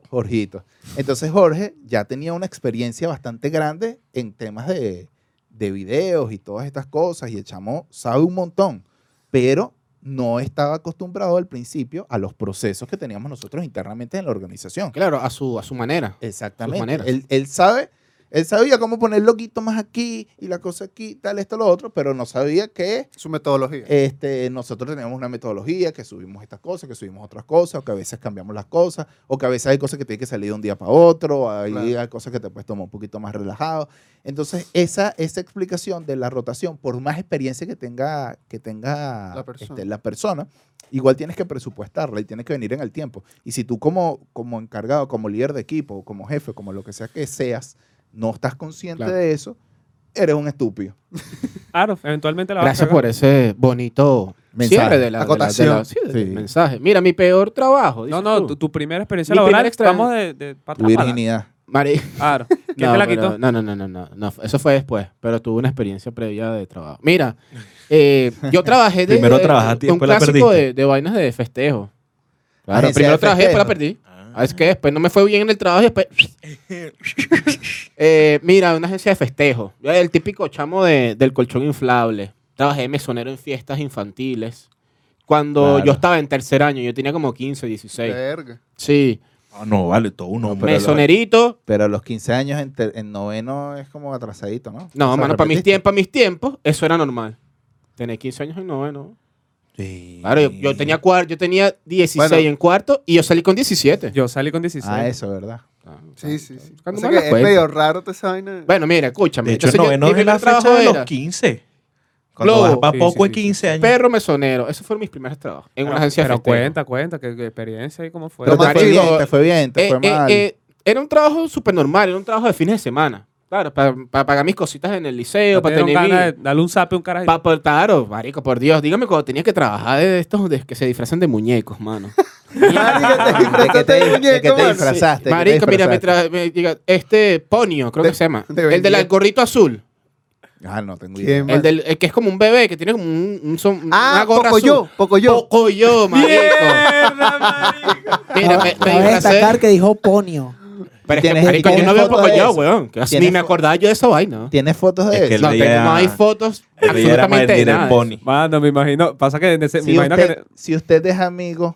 Jorgito. Entonces Jorge ya tenía una experiencia bastante grande en temas de, de videos y todas estas cosas y el chamo sabe un montón, pero no estaba acostumbrado al principio a los procesos que teníamos nosotros internamente en la organización. Claro, a su, a su manera. Exactamente. maneras. Él, él sabe, Él sabía cómo poner loquito más aquí y la cosa aquí, tal, esto, lo otro, pero no sabía que Su metodología. este, nosotros tenemos una metodología, que subimos estas cosas, que subimos otras cosas, o que a veces cambiamos las cosas, o que a veces hay cosas que tienen que salir de un día para otro, hay, Claro. hay cosas que te puedes tomar un poquito más relajado. Entonces, esa, esa explicación de la rotación, por más experiencia que tenga, que tenga La persona. este, la persona, igual tienes que presupuestarla y tienes que venir en el tiempo. Y si tú como, como encargado, como líder de equipo, como jefe, como lo que sea que seas, no estás consciente Claro. de eso, eres un estúpido. Claro, eventualmente la vas a Gracias cagar. por ese bonito Mensaje. cierre de la de la- de la- Acotación. sí, del Sí. mensaje. Mira, mi peor trabajo. No, dices no, tú. tu, tu primera experiencia Mi laboral, primer extra- vamos de, de Tu pata a pala. virginidad. Mari- Claro. ¿Quién no, te la pero- quitó? no, no, no, no, no, no, Eso fue después, pero tuve una experiencia previa de trabajo. Mira, eh, <laughs> yo trabajé de, Primero trabajaste y de un después la clásico perdiste. de, de vainas de festejo. Claro, Agencia primero de trabajé, después la festejo. perdí. Ah, Es que después no me fue bien en el trabajo y después. <laughs> Eh, mira, una agencia de festejo. Yo era El típico chamo de- del colchón inflable. Trabajé de mesonero en fiestas infantiles. Cuando Claro. yo estaba en tercer año, yo tenía como 15, 16. Verga. Sí, Ah, no, vale, todo uno. Pero lo- mesonerito. Pero a los 15 años en, ter- en noveno es como atrasadito, ¿no? No, O sea, mano, para mis, repetiste. tiempos, para mis tiempos, eso era normal. Tener 15 años en noveno. Claro, yo, yo tenía cuar- yo tenía 16 Bueno. en cuarto y yo salí con 17. Yo salí con 16. Ah, eso, ¿verdad? Ah, Sí, sí, sí. buscando O sea mal la que es cuenta. medio raro toda esa vaina. Bueno, mira, escúchame. De hecho, Entonces, yo- noveno mi es la primer trabajo fecha de era los 15. Cuando Globo. vas pa' Sí, poco sí, es sí, 15 años. perro mesonero. Esos fueron mis primeros trabajos. En Ah, pero, una agencia de pero festejo. cuenta, cuenta, qué, qué experiencia y cómo fue. Pero Lo te más fue digo, bien, te fue bien, te Eh, fue eh, mal. eh, era un trabajo súper normal, era un trabajo de fines de semana. Claro, para, pagar mis cositas en el liceo, No te para dieron tener mi- ganas de darle un zape a un carajo. Pa, pa- claro, marico, por Dios. Dígame cuando tenía que trabajar de estos de- que se disfrazan de muñecos, mano. Marica, te ¿De qué <laughs> disfrazaste te, de de qué muñeco, te mano. disfrazaste? ¿De qué te Marico, mira, me disfrazaste? tra- me llega- este ponio, creo De- que se llama. de el del Ben gorrito azul. Ah, no, tengo ¿Quién idea. más? El, del, el que es como un bebé, que tiene como un, un som- Ah, una gorra poco yo, azul. poco yo. Pocoyo, marico. <laughs> ¡Mierda, marico! Mira, me, me Cabe destacar disfracé. que dijo ponio. Pero es que, ¿Tienes- marico, yo tienes no veo fotos de Pocoyo, eso? weón. que así ¿Tienes Ni me fo- acordaba yo de esa vaina. ¿Tienes fotos de Es eso? que el No, de tengo- ella- no hay fotos El de ella era absolutamente de Madeline nada. Bonnie. Mano, me imagino. Pasa que en ese- me Si imagino usted, que. si usted es amigo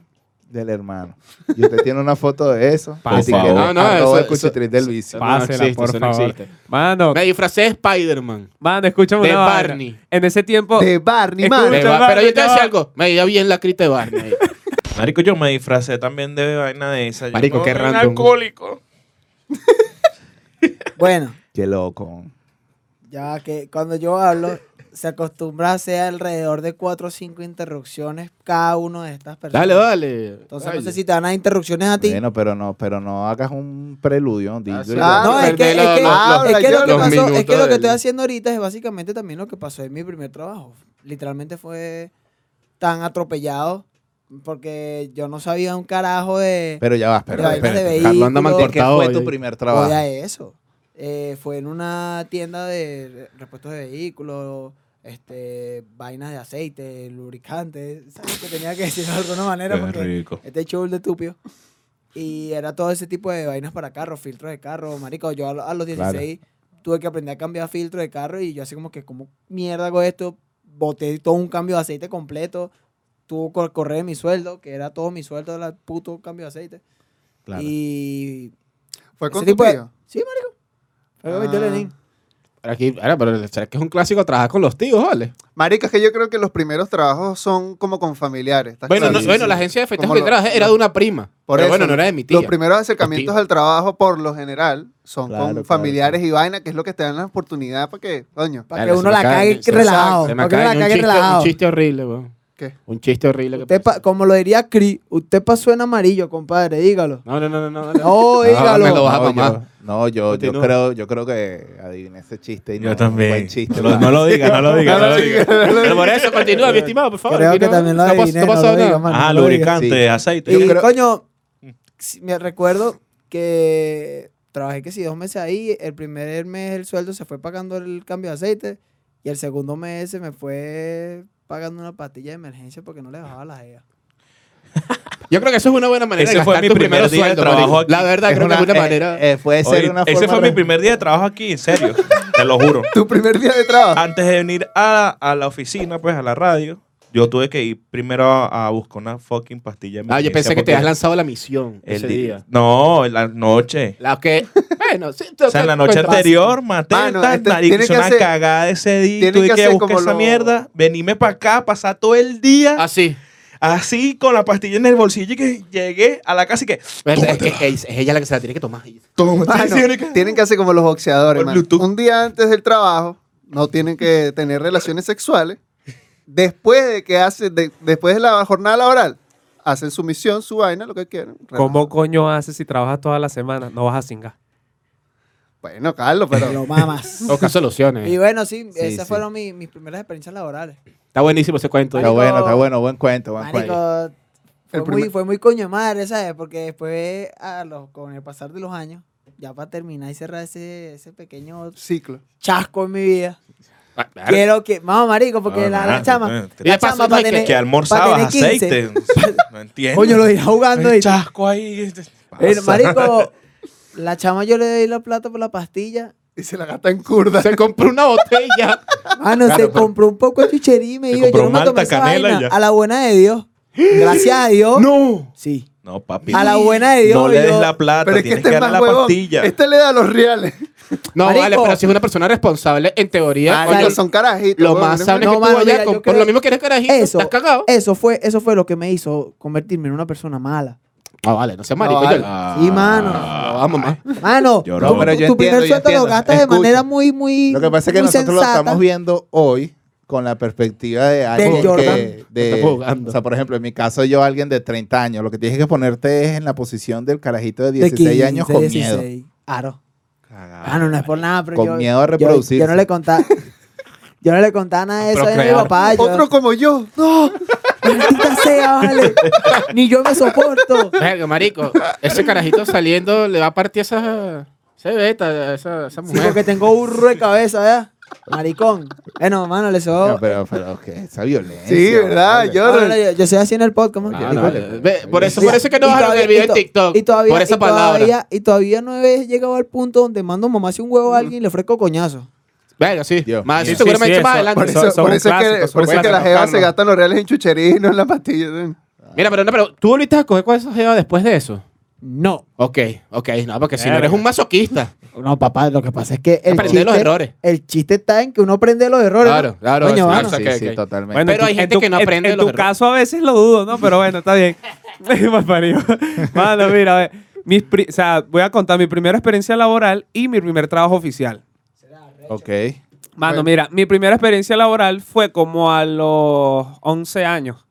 del hermano y usted tiene una foto de eso, Por así que favor. No, no, arroba eso- el cuchitril del vicio. Eso no Pásela, existe, por eso no favor. existe. Mano, Me disfracé de Spider-Man. mano, escúchame De una vaina. Barney. En ese tiempo. De Barney, Escucha, De mano. Ba- Barney, pero yo te ya decía va. algo. Me iba bien la crita de Barney. Marico, yo me disfracé también de vaina de esa. Yo Marico, no qué soy un random. alcohólico. Bueno, Qué loco. ya va que cuando yo hablo, se acostumbra a hacer alrededor de cuatro o cinco interrupciones cada uno de estas personas. Dale, dale. Entonces Dale. no sé si te van a interrupciones a ti. Bueno, pero no, pero no hagas un preludio. di- Ah, sí. di- Ah, No, es que, es Perdí que, la- la- es que lo que los pasó, es que minutos lo que del- estoy haciendo ahorita es básicamente también lo que pasó en mi primer trabajo. Literalmente fue tan atropellado porque yo no sabía un carajo de... Pero ya vas, pero. de vainas de espérate. vehículos. Carlos anda mal ¿De qué cortado fue hoy. tu primer trabajo? Oiga, eso. Eh, fue en una tienda de re- repuestos de vehículos, este, vainas de aceite, lubricantes. ¿Sabes que tenía que decirlo de alguna manera? Qué Porque rico. este show de estúpido. Y era todo ese tipo de vainas para carros, filtros de carro. Marico, yo a, lo- a los 16 tuve que aprender a cambiar filtro de carro y yo así como que, ¿cómo mierda hago esto? Boté todo un cambio de aceite completo. Tuvo que correr mi sueldo, que era todo mi sueldo, era el puto cambio de aceite. Claro. Y Fue con ese tu tipo de- tío. Sí, marico. Fue Ah. con Vito Lenin. Pero Aquí, ahora, pero será que es un clásico trabajar con los tíos, ¿vale? Marica, es que yo creo que los primeros trabajos son como con familiares. ¿estás Bueno, claro? no- Sí, bueno sí. la agencia de festejos Como que lo- trabajé era de una prima. Por pero eso, bueno, no era de mi tía. Los primeros acercamientos Tío. al trabajo, por lo general, son Claro, con claro, familiares y vaina, que es lo que te dan la oportunidad para que, coño, Para que Claro, se uno me la acaba de- cague se me relajado. Se Para me que uno acaba la de un, cague chiste- un relajado. chiste horrible, weón. ¿qué? Un chiste horrible. que Usted pa- pasó. como lo diría Cri, usted pasó en amarillo, compadre, <laughs> dígalo. No, no, no, no. no, no. No, Ah, dígalo. me lo vas a No, yo, mamar. no, yo, yo Continúa. creo, yo creo que adiviné ese chiste. Y no, Yo Un buen también. chiste, <laughs> No, no lo diga, no lo diga. no lo diga. Pero por eso continúa, mi estimado, por favor. Creo aquí que no- también lo no pas- adiviné, no no pasó lo nada. diga, mano, Ah, no lo diga. lubricante, Sí. aceite. Y Yo creo- coño, si- me recuerdo que trabajé que si dos meses ahí, el primer mes el sueldo se fue pagando el cambio de aceite y el segundo mes se me fue pagando una pastilla de emergencia porque no le bajaba la EA. Yo creo que eso es una buena manera Ese de fue gastar mi tu primer primer día de sueldo. trabajo marico. aquí. La verdad, Es creo que una- es una eh, manera. eh, puede ser Hoy- una ese forma fue mi re- primer día de trabajo aquí, en serio. Te lo juro. ¿Tu primer día de trabajo? Antes de venir a, a la oficina, pues a la radio, yo tuve que ir primero a, a buscar una fucking pastilla. de Ah, yo emergencia pensé que te porque habías lanzado la misión el ese di- día. No, en la noche. La que. Bueno, sí, O sea, en Pues la noche anterior maté Mano, tal, este- marico, tiene hice que una hacer- cagada ese día. tiene Tuve que que, hacer buscar como esa lo- mierda, venirme para acá, pasar todo el día Así. así con la pastilla en el bolsillo y que llegué a la casa y que... Es, que es- es ella la que se la tiene que tomar. Mano, tienen que hacer como los boxeadores, Por mano. Bluetooth. Un día antes del trabajo, no tienen que tener relaciones sexuales. Después de que hacen, de- después de la jornada laboral, hacen su misión, su vaina, lo que quieran. ¿Cómo coño haces si trabajas toda la semana? No vas a cingar. Bueno, Carlos, pero Pero mamas. <laughs> Busca soluciones. Y bueno, sí, Sí, esas sí. fueron mi- mis primeras experiencias laborales. Está buenísimo ese cuento. Está Marico- bueno, está bueno, buen cuento, buen cuento. Marico, fue, El muy, primer- fue muy coño de madre, ¿sabes? Porque después, a los, con el pasar de los años, ya para terminar y cerrar ese, ese pequeño ciclo. chasco en mi vida, Ah, claro. quiero que, vamos, marico, porque Ah, la, la claro, chama, eh, Y la de paso, chama no para hay que- tener, Que almorzabas va a tener 15. aceite. ¿eh? <laughs> No entiendo. coño, lo irá jugando El y, chasco ahí. este, Eh, pasa. <laughs> marico, la chama yo le doy la plata por la pastilla, Y se la gasta en curda. Se compró una botella. Mano, se compró un poco de chuchería y me pues. Se dijo, yo compró no me malta, tomé esa canela y vaina. ya. A la buena de Dios. Gracias a Dios. ¡No! Sí. No, papi. A la buena de Dios. no le des yo- la plata, Pero es que tienes este que es darle más la huevón. pastilla. Este le da los reales. No, Marico. vale, pero si es una persona responsable, en teoría, Ah, coño, no, son carajitos. lo huevón, más no- sano es No, que tú mano, vayas mira, con- yo por creo- lo mismo que eres carajito, Eso. estás cagado. Eso fue, eso fue lo que me hizo convertirme en una persona mala. Ah, vale, no seas marico. vale. yo- Sí, mano. Ah, No, vamos, más. Mano, Lloró. tu- No, tu, pero yo primer entiendo, sueldo yo lo entiendo. gastas de Escucha. manera muy, muy. Lo que pasa es que muy nosotros sensata. lo estamos viendo hoy con la perspectiva de alguien Jordan. que... de- Estamos jugando. o sea, por ejemplo, en mi caso yo, alguien de 30 años, lo que tienes que ponerte es en la posición del carajito de 16 15, años con 16. miedo. Claro. Cagada. Mano, no es por nada, pero Con yo, miedo a yo- reproducirse. Yo, no le contaba. Yo no le contaba nada de eso a mi Procrear. papá. Yo, Otro como yo. ¡No! ¡Maldita sea, vale! Ni yo me soporto. Verga, marico. Ese carajito saliendo le va a partir esa. Se beta, esa, esa Sí, mujer. porque tengo burro de cabeza, ¿verdad? Maricón. Bueno, mano, le No, sobo. pero, pero, ¿qué? Esa violencia. Sí, ¿verdad? vale. Yo Ahora, yo, yo soy así en el podcast, No, man. no, Ah, Vale, eh, vale. ve, por eso, Sí. por eso es que no Y bajaron todavía- el y video en to- TikTok. Y todavía, por esa y palabra. Todavía, y todavía no he llegado al punto donde mando mamá si un huevo a alguien y le ofrezco coñazo. Venga, sí. Dios más, mío. sí, seguramente Sí, sí, más eso. adelante. por Son- eso, son por eso es que, clásicos, son por eso es que las clásicos, jevas se Carlos. gastan los reales en chuchería y no en la pastilla. Mira, pero no, pero tú volviste a coger con esa jeva después de eso. No. Ok, ok, no, porque si no Verga. eres un masoquista. No, papá, lo que pasa es que el Aprender chiste, los errores. el chiste está en que uno aprende los errores. Ah, ¿no? Claro, claro. Coño, sí, mano. sí, Sí, ok, sí, ok. totalmente. Bueno, Pero hay en gente que no aprende En, los tu errores. caso a veces lo dudo, ¿no? Pero bueno, está <laughs> bien. <laughs> Mal parido. Mano, mira, a ver, mis pri- o sea, voy a contar mi primera experiencia laboral y mi primer trabajo oficial. Ok. Mano, mira, mi primera experiencia laboral fue como a los 11 años.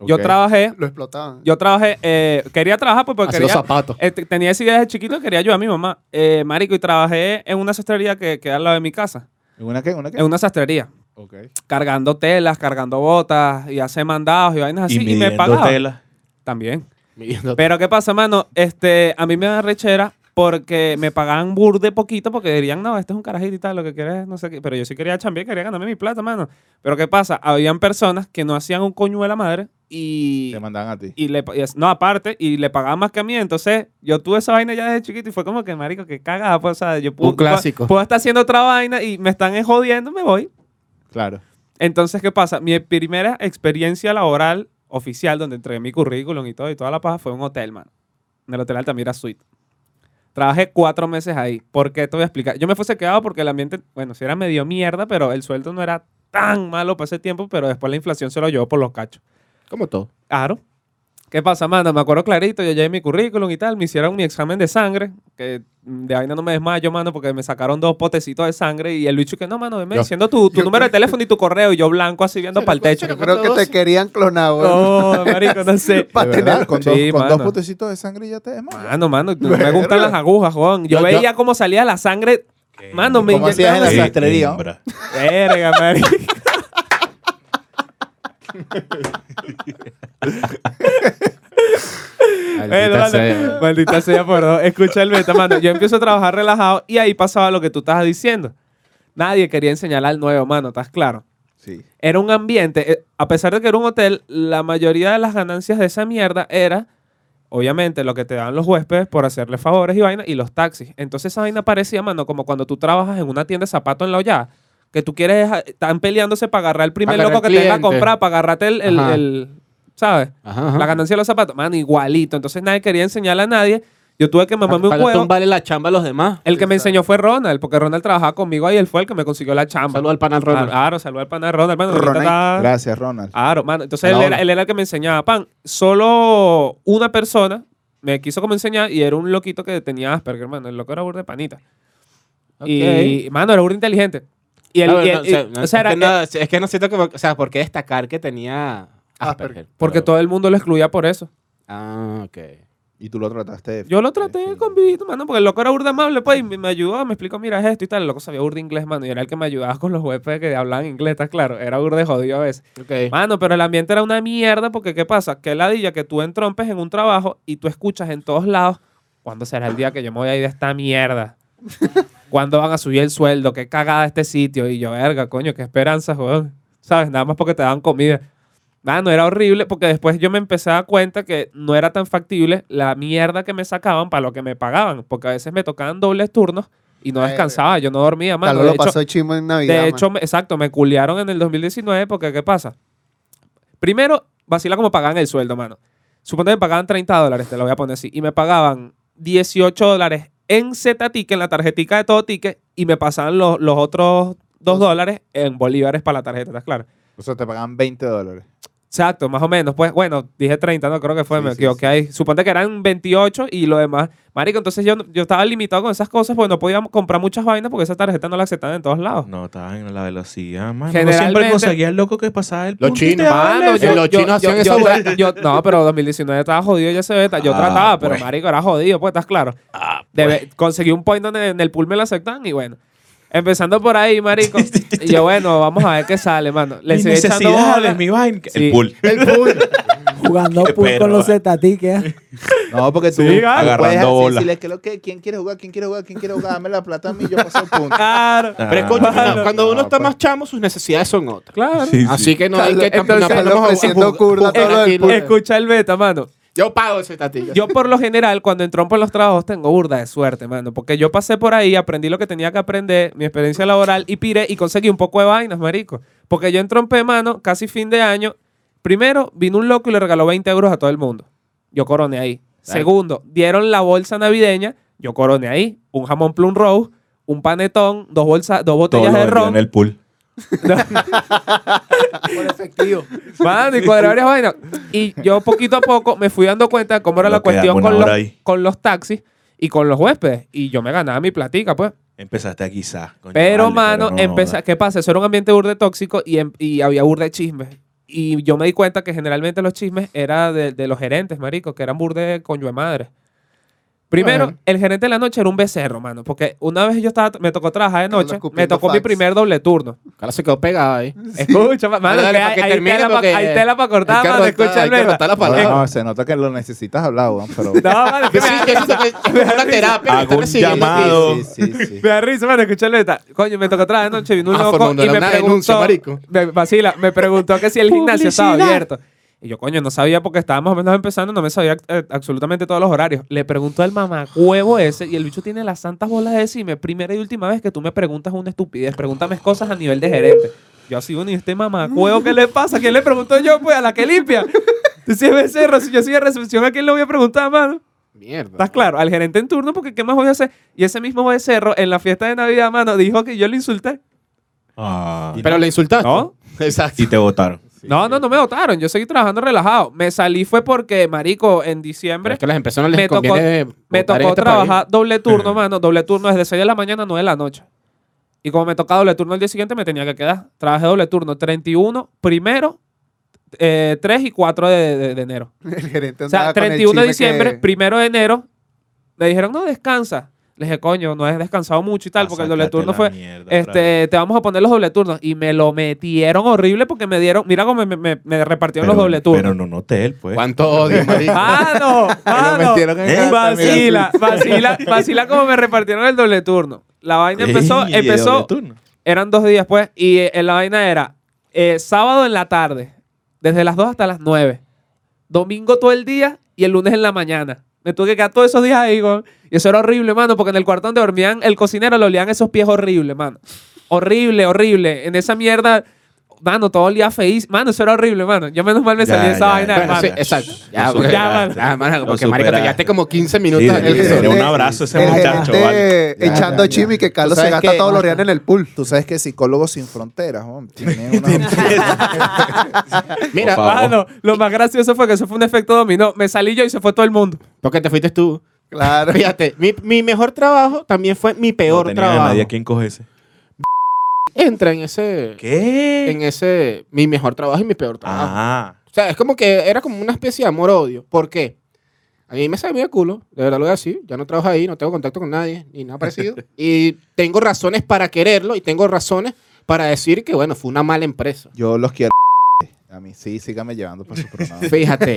Yo ok. trabajé, Lo explotaban. yo trabajé, eh, quería trabajar pues, porque Hacer los quería, zapatos. Eh, te- tenía esa idea de chiquito, quería ayudar a mi mamá. Eh, marico, y trabajé en una sastrería que queda al lado de mi casa. ¿Una qué? ¿Una qué? En una sastrería. Ok. Cargando telas, cargando botas, y hacer mandados y vainas así. Y, me midiendo pagaba. tela. También. Midiendo- Pero ¿qué pasa, mano? Este, a mí me da rechera porque me pagaban burde poquito porque dirían, no, este es un carajito y tal, lo que quieres, no sé qué. Pero yo sí quería chambear, quería ganarme mi plata, mano. Pero ¿qué pasa? Habían personas que no hacían un coño de la madre y Te mandaban a ti. y le y es- no aparte y le pagaba más que a mí entonces yo tuve esa vaina ya desde chiquito y fue como que marico que cagada pues o sea yo puedo, Un clásico. puedo estar haciendo otra vaina y me están eh, jodiendo me voy Claro. entonces qué pasa mi primera experiencia laboral oficial donde entregué mi currículum y todo y toda la paja fue en un hotel mano en el hotel Altamira Suite trabajé cuatro meses ahí ¿por qué te voy a explicar? yo me fuese quedado porque el ambiente bueno si era medio mierda pero el sueldo no era tan malo para ese tiempo pero después la inflación se lo llevó por los cachos Como todo. Claro. ¿Qué pasa, mano? Me acuerdo clarito, yo llevé mi currículum y tal, me hicieron mi examen de sangre, que mm, de vaina no me desmayo, mano, porque me sacaron dos potecitos de sangre y el bicho que no, mano, venme Yo- diciendo tu, tu yo- número de teléfono y tu correo y yo blanco así viendo para el techo. Yo creo que te querían clonar, <laughs> <laughs> huevón. No, marico, no sé. Pa' ¿De verdad? tener- Con, Sí, dos, con dos mano. potecitos de sangre ya te desmayas. Mano, mano, no me gustan las agujas, Juan. Yo, Yo- yo- veía cómo salía la sangre. Mano, me ¿Cómo hacías en la inyectaron. Qué sastrería? hembra. Verga, marico. Bueno, Maldita mano, sea. maldita sea, por dos. Escucha el beta, mano. Yo empiezo a trabajar relajado y ahí pasaba lo que tú estabas diciendo. Nadie quería enseñar al nuevo, mano, ¿estás claro? Sí. Era un ambiente, eh, a pesar de que era un hotel, la mayoría de las ganancias de esa mierda era, obviamente, lo que te dan los huéspedes por hacerle favores y vaina y los taxis. Entonces esa vaina parecía, mano, como cuando tú trabajas en una tienda de zapatos en la olla, que tú quieres, dejar- están peleándose para agarrar el primer Agarrar loco que el te venga a cliente. comprar, para agarrarte el- el- Ajá. el ¿sabes? Ajá, ajá. La ganancia de los zapatos, mano, igualito. Entonces nadie quería enseñarle a nadie. Yo tuve que mamarme un Pagaste huevo. un vale la chamba a los demás. El que me enseñó fue Ronald, porque Ronald trabajaba conmigo ahí, él fue el que me consiguió la chamba. Saludos al panal Ronald. Claro, Ah, saludó al pana de Ronald, hermano. Ronald está- Gracias, Ronald. Claro, mano. Entonces A él la era, hora. él era el que me enseñaba. Pan, solo una persona me quiso como enseñar y era un loquito que tenía Asperger, hermano. El loco era burda de panita. Y, mano, era burda inteligente. Y él, Claro, y él- no, Ah, o sea, y- no, o sea, era, es, que no, es que no siento que. O sea, ¿por qué destacar que tenía Asperger? Ah, porque Pero- todo el mundo lo excluía por eso. Ah, ok. Y tú lo trataste de... Yo lo traté con vivito, mano, porque el loco era burda amable, pues, y me me ayudó, me explicó, mira, es esto y tal. El loco sabía burda inglés, mano, y era el que me ayudaba con los jefes que hablaban inglés, está claro. Era burda de jodido a veces. okay. Mano, pero el ambiente era una mierda porque ¿qué pasa? Que ladilla que tú entrompes en un trabajo y tú escuchas en todos lados, ¿cuándo será el día que yo me voy a ir de esta <laughs> mierda? ¿Cuándo van a subir el sueldo? ¿Qué cagada este sitio? Y yo, verga, coño, qué esperanzas, weón. ¿Sabes? Nada más porque te dan comida. Mano, era horrible porque después yo me empecé a dar cuenta que no era tan factible la mierda que me sacaban para lo que me pagaban. Porque a veces me tocaban dobles turnos y no Verga. descansaba, yo no dormía, mano. Carlos De lo hecho, pasó chimo en Navidad. de mano. hecho, me- exacto, me culiaron en el 2019 porque ¿qué pasa? Primero, vacila como pagaban el sueldo, mano. Suponte que me pagaban 30 dólares, te lo voy a poner así, y me pagaban 18 dólares en Z-Ticket, en la tarjetica de todo ticket, y me pasaban los, los otros 2 dólares en bolívares para la tarjeta, ¿estás claro? O sea, te pagan 20 dólares. Exacto, más o menos. Pues bueno, dije 30, no creo que fue, Sí, me sí, equivoqué ahí. Suponte que eran 28 y lo demás. Marico, entonces yo, yo estaba limitado con esas cosas porque no podía comprar muchas vainas porque esa tarjeta no la aceptaban en todos lados. No, estaba en la velocidad, mano. Yo siempre Generalmente- conseguía el loco que pasaba el Los punto y te chinos, daba el mano, F. yo- los chinos hacían yo eso, tra- yo- no, pero 2019 estaba jodido, ya se ve. ta- Yo Ah, trataba, pero pues. Ah, marico, era jodido, pues estás claro. Debe- conseguí un point donde en el pool me lo aceptan y bueno. Empezando por ahí, marico. y yo, bueno, vamos a ver qué sale, mano. Le Mis seguí echando bola. necesidades, mi vaina. Sí. El pool. El <laughs> pool. Jugando Qué pool perro, con los vale. zetatiques. ¿eh? No, porque tú, Sí, tú agarrando puedes así bola. decirles que lo que, ¿quién quiere jugar? ¿Quién quiere jugar? ¿Quién quiere jugar? Dame la plata a mí y yo paso el <laughs> punto. Claro, Pero es coño, <laughs> Ah, cuando uno no, está pues. más chamo, sus necesidades son otras. claro. Sí, sí. Así que no hay que Entonces, no Carlos podemos a- a ofreciendo juzgar- curda juzgar todo el aquí, ¿no? Escucha el beta, mano. Yo pago ese tatillo. Yo por lo general, cuando entrompo en los trabajos, tengo burda de suerte, mano. Porque yo pasé por ahí, aprendí lo que tenía que aprender, mi experiencia laboral, y piré y conseguí un poco de vainas, marico. Porque yo entrompé, mano, casi fin de año. Primero, vino un loco y le regaló 20 euros a todo el mundo. Yo coroné ahí. Segundo, dieron la bolsa navideña. Yo coroné ahí. Un jamón plum rose, un panetón, dos, bolsas, dos Todo botellas lo de vendió ron. en el pool. Por efectivo. Mano, y cuadré varias vainas. Y yo poquito a poco me fui dando cuenta de cómo era Lo la que da cuestión buena con hora los, ahí. con los taxis y con los huéspedes. Y yo me ganaba mi platica, pues. Empezaste a quizás. coño, Pero, vale, mano, pero no, empeza- ¿qué pasa? Eso era un ambiente burde tóxico y, em- y había burde chismes. Y yo me di cuenta que generalmente los chismes eran de, de los gerentes, marico, que eran burde con de madre. Primero, Ajá. el gerente de la noche era un becerro, mano. Porque una vez yo estaba, me tocó trabajar de Carlos noche, me escupiendo tocó mi fax. primer doble <laughs> turno. Ahora se quedó pegada ahí. Escucha, ma- mano, Dale, que hay, dale, pa' que hay termine, tela pa- porque hay tela para Hay cortar, que mano. rotar- Escucha, hay que Alberto. rotar la No, palabra. no, se nota que lo necesitas hablar, weón, <laughs> pero... No, vale, que Sí, me- que eso <laughs> es una terapia. que Hago está un recibiendo aquí. llamado. Sí, sí, sí. Me da risa, mano, escucharlo está. Coño, me tocó atrás de noche, vino un Ah, loco Fernando, y era me una preguntó. denuncia, marico. Me, vacila, me preguntó que si el gimnasio estaba abierto. Y yo, coño, no sabía porque estábamos apenas empezando, no me sabía eh, absolutamente todos los horarios. Le preguntó al mamacuevo ese y el bicho tiene las santas bolas de decirme, primera y última vez que tú me preguntas una estupidez, pregúntame cosas a nivel de gerente. Yo así, bueno, ¿y este mamacuevo qué le pasa? ¿Quién le preguntó yo? Pues a la que limpia. <laughs> Si es becerro, si yo soy de recepción, ¿a quién le voy a preguntar, mano? Mierda. ¿Estás claro? Al gerente en turno, porque ¿qué más voy a hacer? Y ese mismo becerro en la fiesta de Navidad, mano, dijo que yo lo insulté. Ah, Pero le insultaste. ¿No? <laughs> Exacto. y te votaron. no, no, no me votaron. Yo seguí trabajando relajado. Me salí fue porque, marico, en Pero diciembre es que a las empresas no Me les tocó- me conviene votar en tocó este trabajar <clears throat> país. doble turno, mano. Doble turno desde 6 de la mañana a 9 de la noche. Y como me tocaba doble turno el día siguiente, me tenía que quedar. Trabajé doble turno 31, primero, eh, 3 y 4 de- de- de enero. El gerente O sea, andaba con el 31 de chisme diciembre, que- primero de enero, me dijeron, no, descansa. Le dije, coño, no he descansado mucho y Ah, tal, porque el doble turno fue, este, te vamos a poner los doble turnos. Y me lo metieron horrible porque me dieron, mira cómo me, me- me repartieron los doble turnos. Pero en un hotel, pues. <laughs> ¿Cuánto <laughs> odio, marico? ¡Mano! Ah, ¡Mano! metieron en ¿Eh? casa, Vacila, vacila, vacila como me repartieron el doble turno. La vaina empezó, Ey, de doble empezó, turno. eran dos días pues, y eh, la vaina era eh, sábado en la tarde, desde las 2 hasta las 9. Domingo todo el día y el lunes en la mañana. Me tuve que quedar todos esos días ahí, weón. Y eso era horrible, mano, porque en el cuarto donde dormían el cocinero le olían esos pies horrible, mano. Horrible, horrible. En esa mierda, Mano, todo olía feísimo. Mano, eso era horrible, mano. Yo menos mal me salí de esa vaina, Bueno, hermano. sí, exacto. Ya, Lo bueno. superaste. Ya, mano, Lo porque marico, te superaste. quedaste como 15 minutos Sí, en el sí, episodio. sí. un abrazo a ese Este El muchacho, gerente vale. Ya, ya, echando ya. chimi que ¿Tú Carlos se sabes gasta qué? todos los reales en el pool. Tú sabes que Psicólogos Sin Fronteras, hombre, <laughs> tiene <laughs> una... Mira, Por favor. Mano, lo más gracioso fue que eso fue un efecto dominó. Me salí yo y se fue todo el mundo. porque te fuiste tú. Claro. Fíjate, mi, mi mejor trabajo también fue mi peor no tenía a trabajo. nadie a quien cogerse. Entra en ese. ¿Qué? En ese. Mi mejor trabajo y mi peor trabajo. Ah, O sea, es como que era como una especie de amor-odio. ¿Por qué? A mí me sabía de culo, de verdad lo voy a decir. Ya no trabajo ahí, no tengo contacto con nadie, ni nada parecido. y tengo razones para quererlo y tengo razones para decir que, bueno, fue una mala empresa. Yo los quiero. A mí sí, síganme llevando para su programa. <laughs> Fíjate.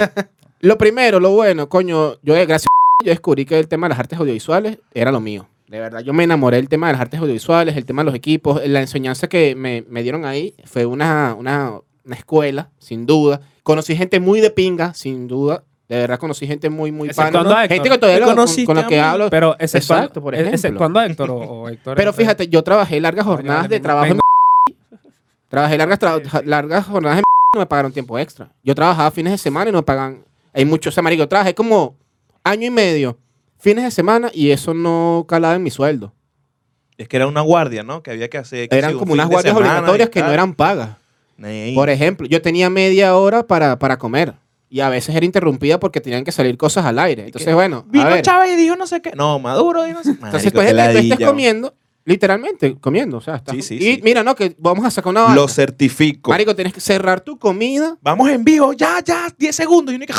lo primero, lo bueno, coño, yo eh, gracias a yo descubrí que el tema de las artes audiovisuales era lo mío. De verdad, yo me enamoré del tema de las artes audiovisuales, el tema de los equipos, la enseñanza que me, me dieron ahí fue una, una, una escuela, sin duda. Conocí gente muy de pinga, sin duda. De verdad, conocí gente muy, muy Exceptuando pana. a Héctor. Gente que todavía ¿Me lo- con, conociste con la a que mí? hablo. Pero excepto- Exacto, por ex- ejemplo. Exceptuando a Héctor o, o Héctor. eh, Pero entonces. fíjate, yo trabajé largas jornadas de vengo- trabajo en vengo- <laughs> Trabajé largas, tra- largas jornadas en <laughs> y no me pagaron tiempo extra. Yo trabajaba fines de semana y no me pagan. Hay muchos, o sea, marico, trabajé como año y medio fines de semana y eso no calaba en mi sueldo. es que era una guardia, ¿no? Que había que hacer. que Eran si un como fin unas de guardias semana y obligatorias que no tal. eran pagas. Ey, Por e- ejemplo, yo tenía media hora para, para comer y a veces era interrumpida porque tenían que salir cosas al aire. Entonces, bueno, a Vino ver. Chávez y dijo no sé qué. No, Maduro dijo no sé qué. Entonces, pues, tú, Marico, qué tú estás ladilla, comiendo, literalmente comiendo. O sea, estás- Sí, sí, y sí. mira, no, que vamos a sacar una Lo vaina. certifico. Marico, tienes que cerrar tu comida Vamos en vivo, ya, ya, 10 segundos. Y uno que-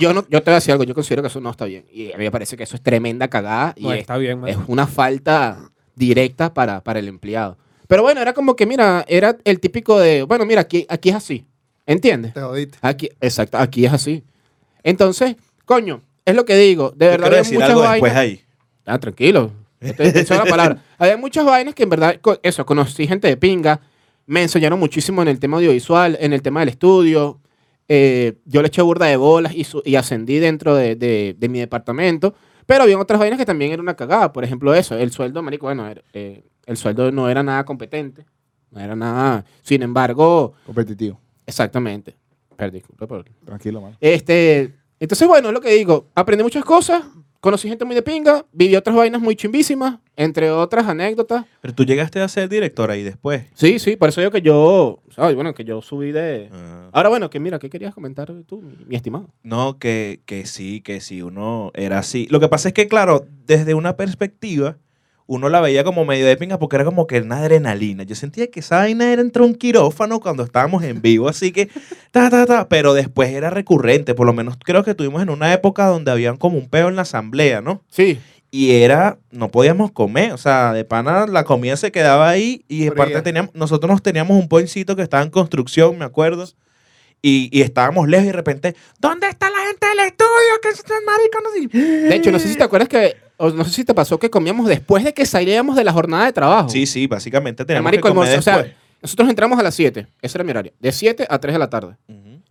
Yo, no, yo te voy a decir algo, yo considero que eso no está bien. Y a mí me parece que eso es tremenda cagada y No, es, pues, está bien, mano. es una falta directa para, para el empleado. Pero bueno, era como que, mira, era el típico de, bueno, mira, aquí, aquí es así. ¿Entiendes? Te jodiste. Aquí, exacto, aquí es así. Entonces, coño, es lo que digo. De Yo verdad, quiero había decir muchas algo vainas. después ahí. Ah, tranquilo. Yo te- te echo la <laughs> palabra. Había muchas vainas que en verdad, co- eso, conocí gente de pinga, me enseñaron muchísimo en el tema audiovisual, en el tema del estudio. eh, yo le eché burda de bolas y, su- y ascendí dentro de, de- de mi departamento. Pero había otras vainas que también era una cagada. Por ejemplo, eso, el sueldo, marico, bueno, era- eh, el sueldo no era nada competente. No era nada. Sin embargo, Competitivo. exactamente. Perdí, disculpa por Tranquilo, mano. este, entonces, bueno, es lo que digo. Aprendí muchas cosas, conocí gente muy de pinga, viví otras vainas muy chimbísimas, entre otras anécdotas. Pero tú llegaste a ser director ahí después. Sí, sí, por eso digo que yo, ay, bueno, que yo subí de... Ah. Ahora, bueno, que mira, ¿qué querías comentar tú, mi, mi estimado? No, que, que sí, que sí, uno era así. Lo que pasa es que, claro, desde una perspectiva, uno la veía como medio de pinga porque era como que una adrenalina. Yo sentía que esa vaina era entre un quirófano cuando estábamos en vivo, así que, ta, ta, ta. Pero después era recurrente, por lo menos creo que tuvimos en una época donde habían como un peo en la asamblea, ¿no? Sí, y era, no podíamos comer, o sea, de pana la comida se quedaba ahí y Fría. aparte teníamos, nosotros nos teníamos un poincito que estaba en construcción, me acuerdo, y, y estábamos lejos y de repente, ¿dónde está la gente del estudio? ¿Qué es esto, marico? No sé". de hecho, no sé si te acuerdas que, o no sé si te pasó que comíamos después de que salíamos de la jornada de trabajo. Sí, sí, básicamente El teníamos marico que comer almuerzo, o sea, después. Nosotros entramos a las 7, ese era mi horario, de 7 a 3 de la tarde. Ujú.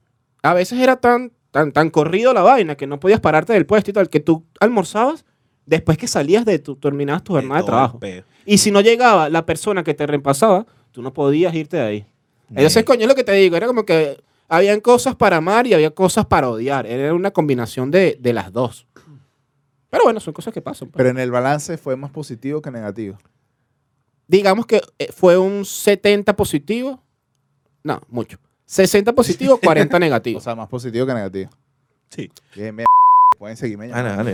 a veces era tan, tan, tan corrido la vaina que no podías pararte del puesto y tal, que tú almorzabas después que salías de tu, terminabas tu jornada de, todo trabajo. el peo. Y si no llegaba la persona que te reemplazaba, tú no podías irte de ahí. Entonces, Eh, coño, es lo que te digo, era como que habían cosas para amar y había cosas para odiar. Era una combinación de, de las dos. Pero bueno, son cosas que pasan. pues. Pero en el balance fue más positivo que negativo. Digamos que eh, fue un 70 positivo. No, mucho. 60 positivo, <laughs> 40 negativo. O sea, más positivo que negativo. Sí. Bien, bien. Pueden seguirme Ah, ya. no, dale,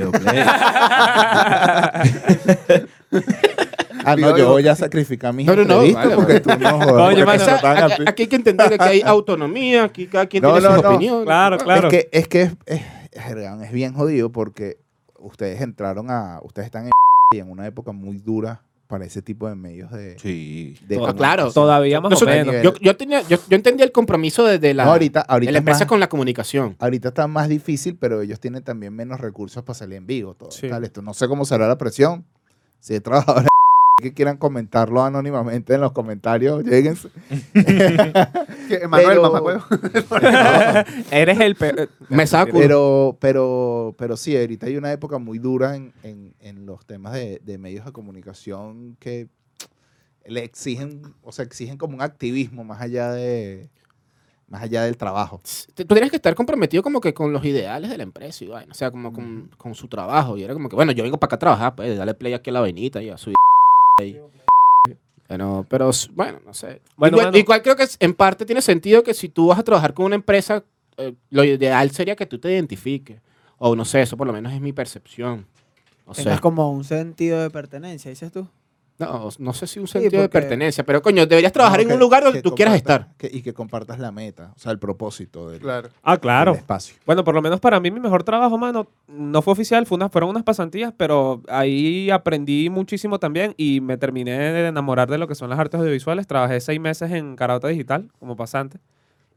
doble. <laughs> Ah, no, yo voy a sacrificar mis No, no, no, entrevistas vale, porque tú no jodas. porque Oye, mano, te Esa- trataban aquí, así. aquí hay que entender <laughs> que hay autonomía, aquí cada quien No, tiene no, sus no. opiniones. Claro, claro. Es que es, que es, es- es- verga, es bien jodido porque ustedes entraron a. Ustedes están en, <laughs> y en una época muy dura para ese tipo de medios de. Sí. de Ah, comunicación. claro. Todavía más o Nosotros- menos. yo, yo tenía, yo, yo entendía el compromiso de, de la, No, ahorita, de ahorita, la es empresa más- con la comunicación. ahorita está más difícil, pero ellos tienen también menos recursos para salir en vivo. Todo, Sí. tal, esto. No sé cómo será la presión. Si hay trabajadores <laughs> que quieran comentarlo anónimamente en los comentarios, lléguense. Que Emanuel, Pero- mamá, huevo. Eres el peor. Me saco. Pero, pero, pero sí, ahorita hay una época muy dura en, en- en los temas de, de medios de comunicación que le exigen, o sea, exigen como un activismo más allá de más allá del trabajo. Tú tienes que estar comprometido como que con los ideales de la empresa y vaina, o sea, como con, con su trabajo. Y era como que, bueno, yo vengo para acá a trabajar, pues, dale play aquí a la vainita y a su... <laughs> ahí. Bueno, pero s- bueno, no sé. Bueno, igual, bueno. igual creo que es- en parte tiene sentido que si tú vas a trabajar con una empresa, eh, lo ideal sería que tú te identifiques. O no sé, eso por lo menos es mi percepción. O Tengas sea, como un sentido de pertenencia, dices tú. no, no sé si un sentido de porque- pertenencia, pero coño, deberías trabajar No, en que- un lugar donde que tú quieras estar. compartas- que- y que compartas la meta, o sea, el propósito del, Claro. Ah, claro. del espacio. Bueno, por lo menos para mí mi mejor trabajo, mano, no fue oficial, fue unas, fueron unas pasantías, pero ahí aprendí muchísimo también y me terminé de enamorar de lo que son las artes audiovisuales. Trabajé seis meses en Carauta Digital como pasante.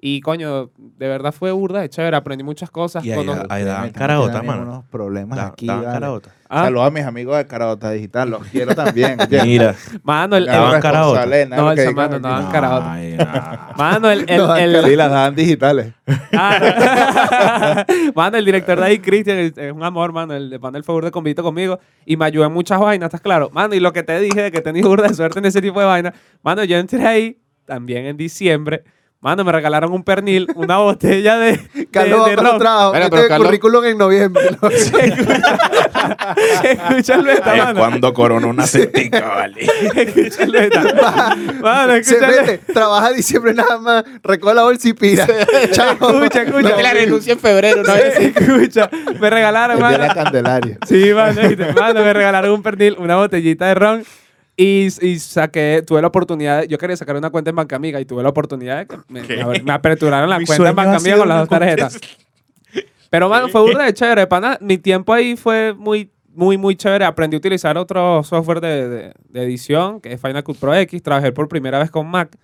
Y coño, de verdad fue burda, de chévere, aprendí muchas cosas. Y ahí- cono- ahí Ustedes dan me están caraota, tirando mano. unos problemas Da- aquí. daban vale. <laughs> carota. Ah, Saludos a mis amigos de Carabota Digital, los quiero <laughs> también. oye. Mira. mano, el, Claro, daban el- carota. responsable de nada No, lo que el digan chamano, aquí. no, daban carota. Ay, <laughs> nah. mano, el, el- <laughs> No, daban el- carota. Sí, las daban digitales. Ah. <laughs> mano, el director de ahí, Cristian, es es un amor, mano. El de manda el favor de convito conmigo y me ayudó en muchas vainas, ¿estás claro? Mano, y lo que te dije de que tenía burda de suerte en ese tipo de vainas, mano, yo entré ahí también en diciembre. Mano, me regalaron un pernil, una botella de. de- Carlos de va para ron. el trabajo. Bueno, Este pero es el Carlos- currículum en noviembre. <laughs> <laughs> Escúchalo esta, Ay, mano. cuando <laughs> coronó una cetica, vale. Escúchalo esta. Mano, Se escúchalo. mete, trabaja diciembre nada más, recoge la bolsa y <laughs> pira. Chao. Escucha, escucha. Mete la renuncia en febrero, <laughs> <laughs> ¿no? Escucha. Me regalaron, El de mano. la Candelaria. Sí, mano, ¿viste? Mano, me regalaron un pernil, una botellita de ron y, y saqué, tuve la oportunidad, yo quería sacar una cuenta en Banca Amiga y tuve la oportunidad de que me, me ab- me aperturaron la Mi cuenta en sueño ha Banca Amiga sido con las una dos tarjetas. Pero, mano, fue burda de chévere, pana. Mi tiempo ahí fue muy, muy, muy chévere. Aprendí a utilizar otro software de, de- de edición, que es Final Cut Pro X. Trabajé por primera vez con Mac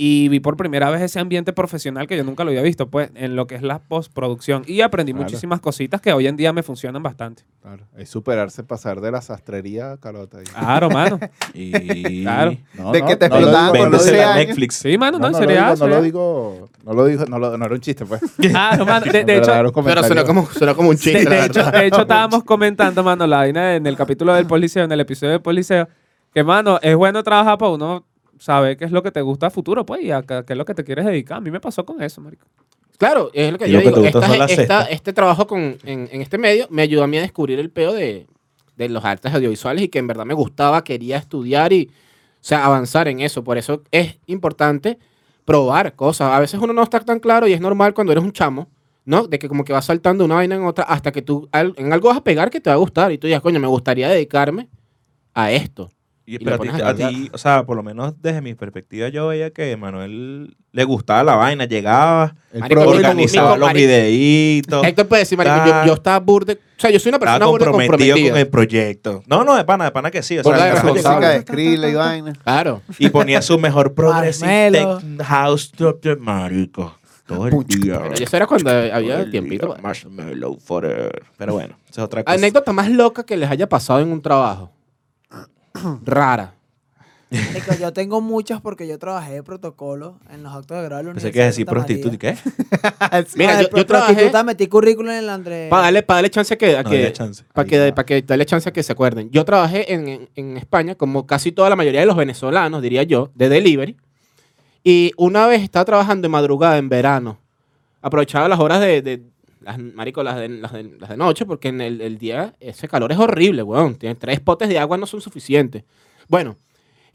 y vi por primera vez ese ambiente profesional que yo nunca lo había visto, pues, en lo que es la postproducción. Y aprendí Claro. muchísimas cositas que hoy en día me funcionan bastante. Claro, Es superarse, pasar de la sastrería a Carota Digital. Claro, mano. <laughs> Y... Claro. No, De no, que te no lo explotaban digo, no lo cuando digo. Véndese sea- la años. Netflix. Sí, mano, no, No, en no serio. lo ah, digo, no sería- lo digo, no lo digo, no, lo- no era un chiste, pues. Ah, no, mano, de, de Un hecho, verdadero Pero comentario. suena como, suena como un de, chiste. la de verdad. hecho, de hecho estábamos comentando, mano, la vaina en el capítulo del Policeo, en el episodio del Policeo, que, mano, es bueno trabajar para uno saber qué es lo que te gusta a futuro, pues, y a qué qué es lo que te quieres dedicar. A mí me pasó con eso, marico. Claro, es lo que Y yo lo que te digo. gusta Esta- son las esta- cestas. este trabajo con, en, en este medio me ayudó a mí a descubrir el peo de, de los artes audiovisuales y que en verdad me gustaba, quería estudiar y o sea, avanzar en eso. Por eso es importante probar cosas. A veces uno no está tan claro y es normal cuando eres un chamo, ¿no? De que como que vas saltando una vaina en otra hasta que tú al- en algo vas a pegar que te va a gustar y tú dices, coño, me gustaría dedicarme a esto. Y, Y lo pero a ti, pones a a ti, cargar. o sea, por lo menos desde mi perspectiva, yo veía que Manuel le gustaba la vaina, llegaba, El Marico, pro- mi- organizaba mi- los marico. videitos, Héctor puede decir, marico, Ah. yo, yo estaba burde, o sea, yo soy una persona estaba burda comprometido comprometida. con el proyecto. No, no, de pana, de pana que sí. O Burda sea, de el carajo responsable. Música llegaba de Skrilla y vaina. Claro. y ponía <laughs> su mejor progressive Marshmello. tech house drop de marico. Todo el día. Pero eso era cuando Todo había el tiempito. pues. día, Marshmello forever. Pero bueno, esa es otra cosa. Anécdota más loca que les haya pasado en un trabajo. Rara. Marico, yo tengo muchas porque yo trabajé de protocolo en los actos de grado de la Pensé Universidad que iba a de decir Santa María. prostituta y qué. Mira, Ah, yo- de pro- yo trabajé- prostituta, metí currículum en el Andrés. Para darle, pa' darle chance a que, a No, que- dale chance. pa' que, pa' que darle chance a que se acuerden. Yo trabajé en, en- en España, como casi toda la mayoría de los venezolanos, diría yo, de delivery. Y una vez estaba trabajando de madrugada en verano. Aprovechaba las horas de, de- las, marico, las de, las de- las de noche, porque en el, el día ese calor es horrible, weón. Tienes tres potes de agua no son suficientes. Bueno,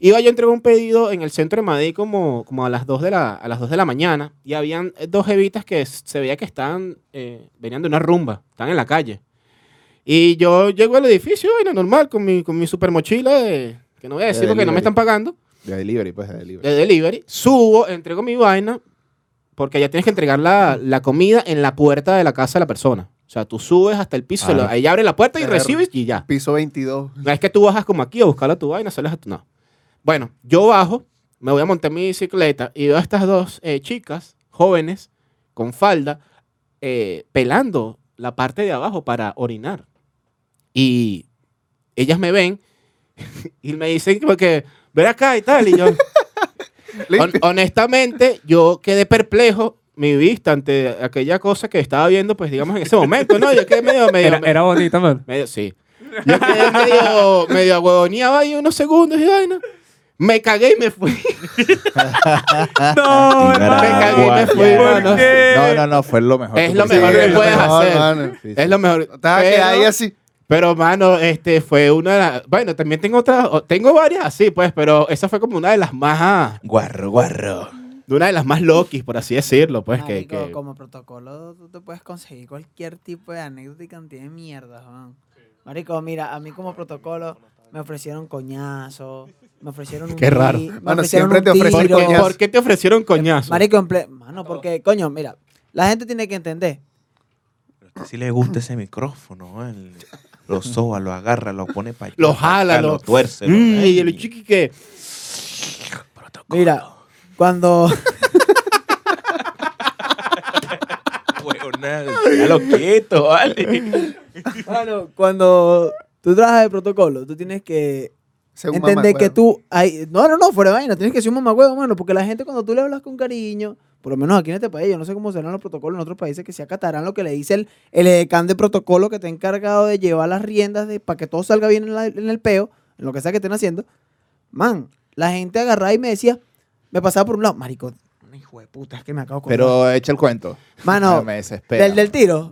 Iba yo a entregar un pedido en el centro de Madrid como, como a, las 2 de la, a las 2 de la mañana y habían eh, dos evitas que s- se veía que estaban, eh, venían de una rumba, estaban en la calle. Y yo llego al edificio, vaina normal, con mi, con mi super mochila, de, que no voy a De decir porque no delivery. me están pagando, De delivery, pues, de delivery. de delivery. Subo, entrego mi vaina, porque ya tienes que entregar la, la comida en la puerta de la casa de la persona. O sea, tú subes hasta el piso, Ah. lo- ahí abre la puerta y Perro. recibes y ya. Piso 22. No es que tú bajas como aquí a buscarla tu vaina, sales a tu. No. Bueno, yo bajo, me voy a montar mi bicicleta y veo a estas dos eh, chicas jóvenes con falda eh, pelando la parte de abajo para orinar. Y ellas me ven <laughs> y me dicen como que, ven acá y tal. Y yo, hon- honestamente, yo quedé perplejo mi vista ante aquella cosa que estaba viendo, pues digamos en ese momento, ¿no? Yo quedé medio, medio, Era, era bonita, mano. Medio, sí. Yo quedé medio, medio huevoneado ahí unos segundos y vaina. Me cagué y <laughs> me fui. No, Me Ah, cagué y me fui, ¿Por hermano. qué? No, no, no, fue lo mejor. Es que lo pudiste mejor que hacer. puedes mejor, hacer. mano. Sí, sí. Es lo mejor. Te vas a quedar ahí Pero- así. Pero, mano, este fue una de las. Bueno, también tengo otras. o- Tengo varias así, pues, pero esa fue como una de las más. ah, Guarro, guarro. de una de las más loquis, por así decirlo, pues. que, Marico, que- Como protocolo, tú te puedes conseguir cualquier tipo de anécdota y cantidad de mierda, Juan. Marico, mira, a mí como protocolo me ofrecieron coñazo, me ofrecieron un Qué raro. ti- me Mano, ofrecieron siempre un te ofrecen tiro. ¿Por, coñazo. por qué te ofrecieron coñazo? Marico, en ple- mano, porque, coño, mira, la gente tiene que entender. Si le gusta ese micrófono, él lo soba, lo agarra, lo pone para allá. lo pa' acá, jala, lo. lo tuerce. lo- Mm, y el Ay. chiqui que. Mira, cuando. <laughs> Huevona, Ah, ya lo quieto, vale. Mano, cuando tú trabajas de protocolo, tú tienes que Según mamá, entender que claro. tú. Hay, no, no, no, fuera de vaina, tienes que ser un mamagüevo, mano, porque la gente cuando tú le hablas con cariño, por lo menos aquí en este país, yo no sé cómo serán los protocolos en otros países, que se acatarán lo que le dice el, el edecán de protocolo que te ha encargado de llevar las riendas de, para que todo salga bien en, la- en el peo, en lo que sea que estén haciendo. Man, la gente agarraba y me decía, me pasaba por un lado, marico, hijo de puta, es que me acabo con. Pero echa el cuento. Ah, mano, me desespera. del, del tiro.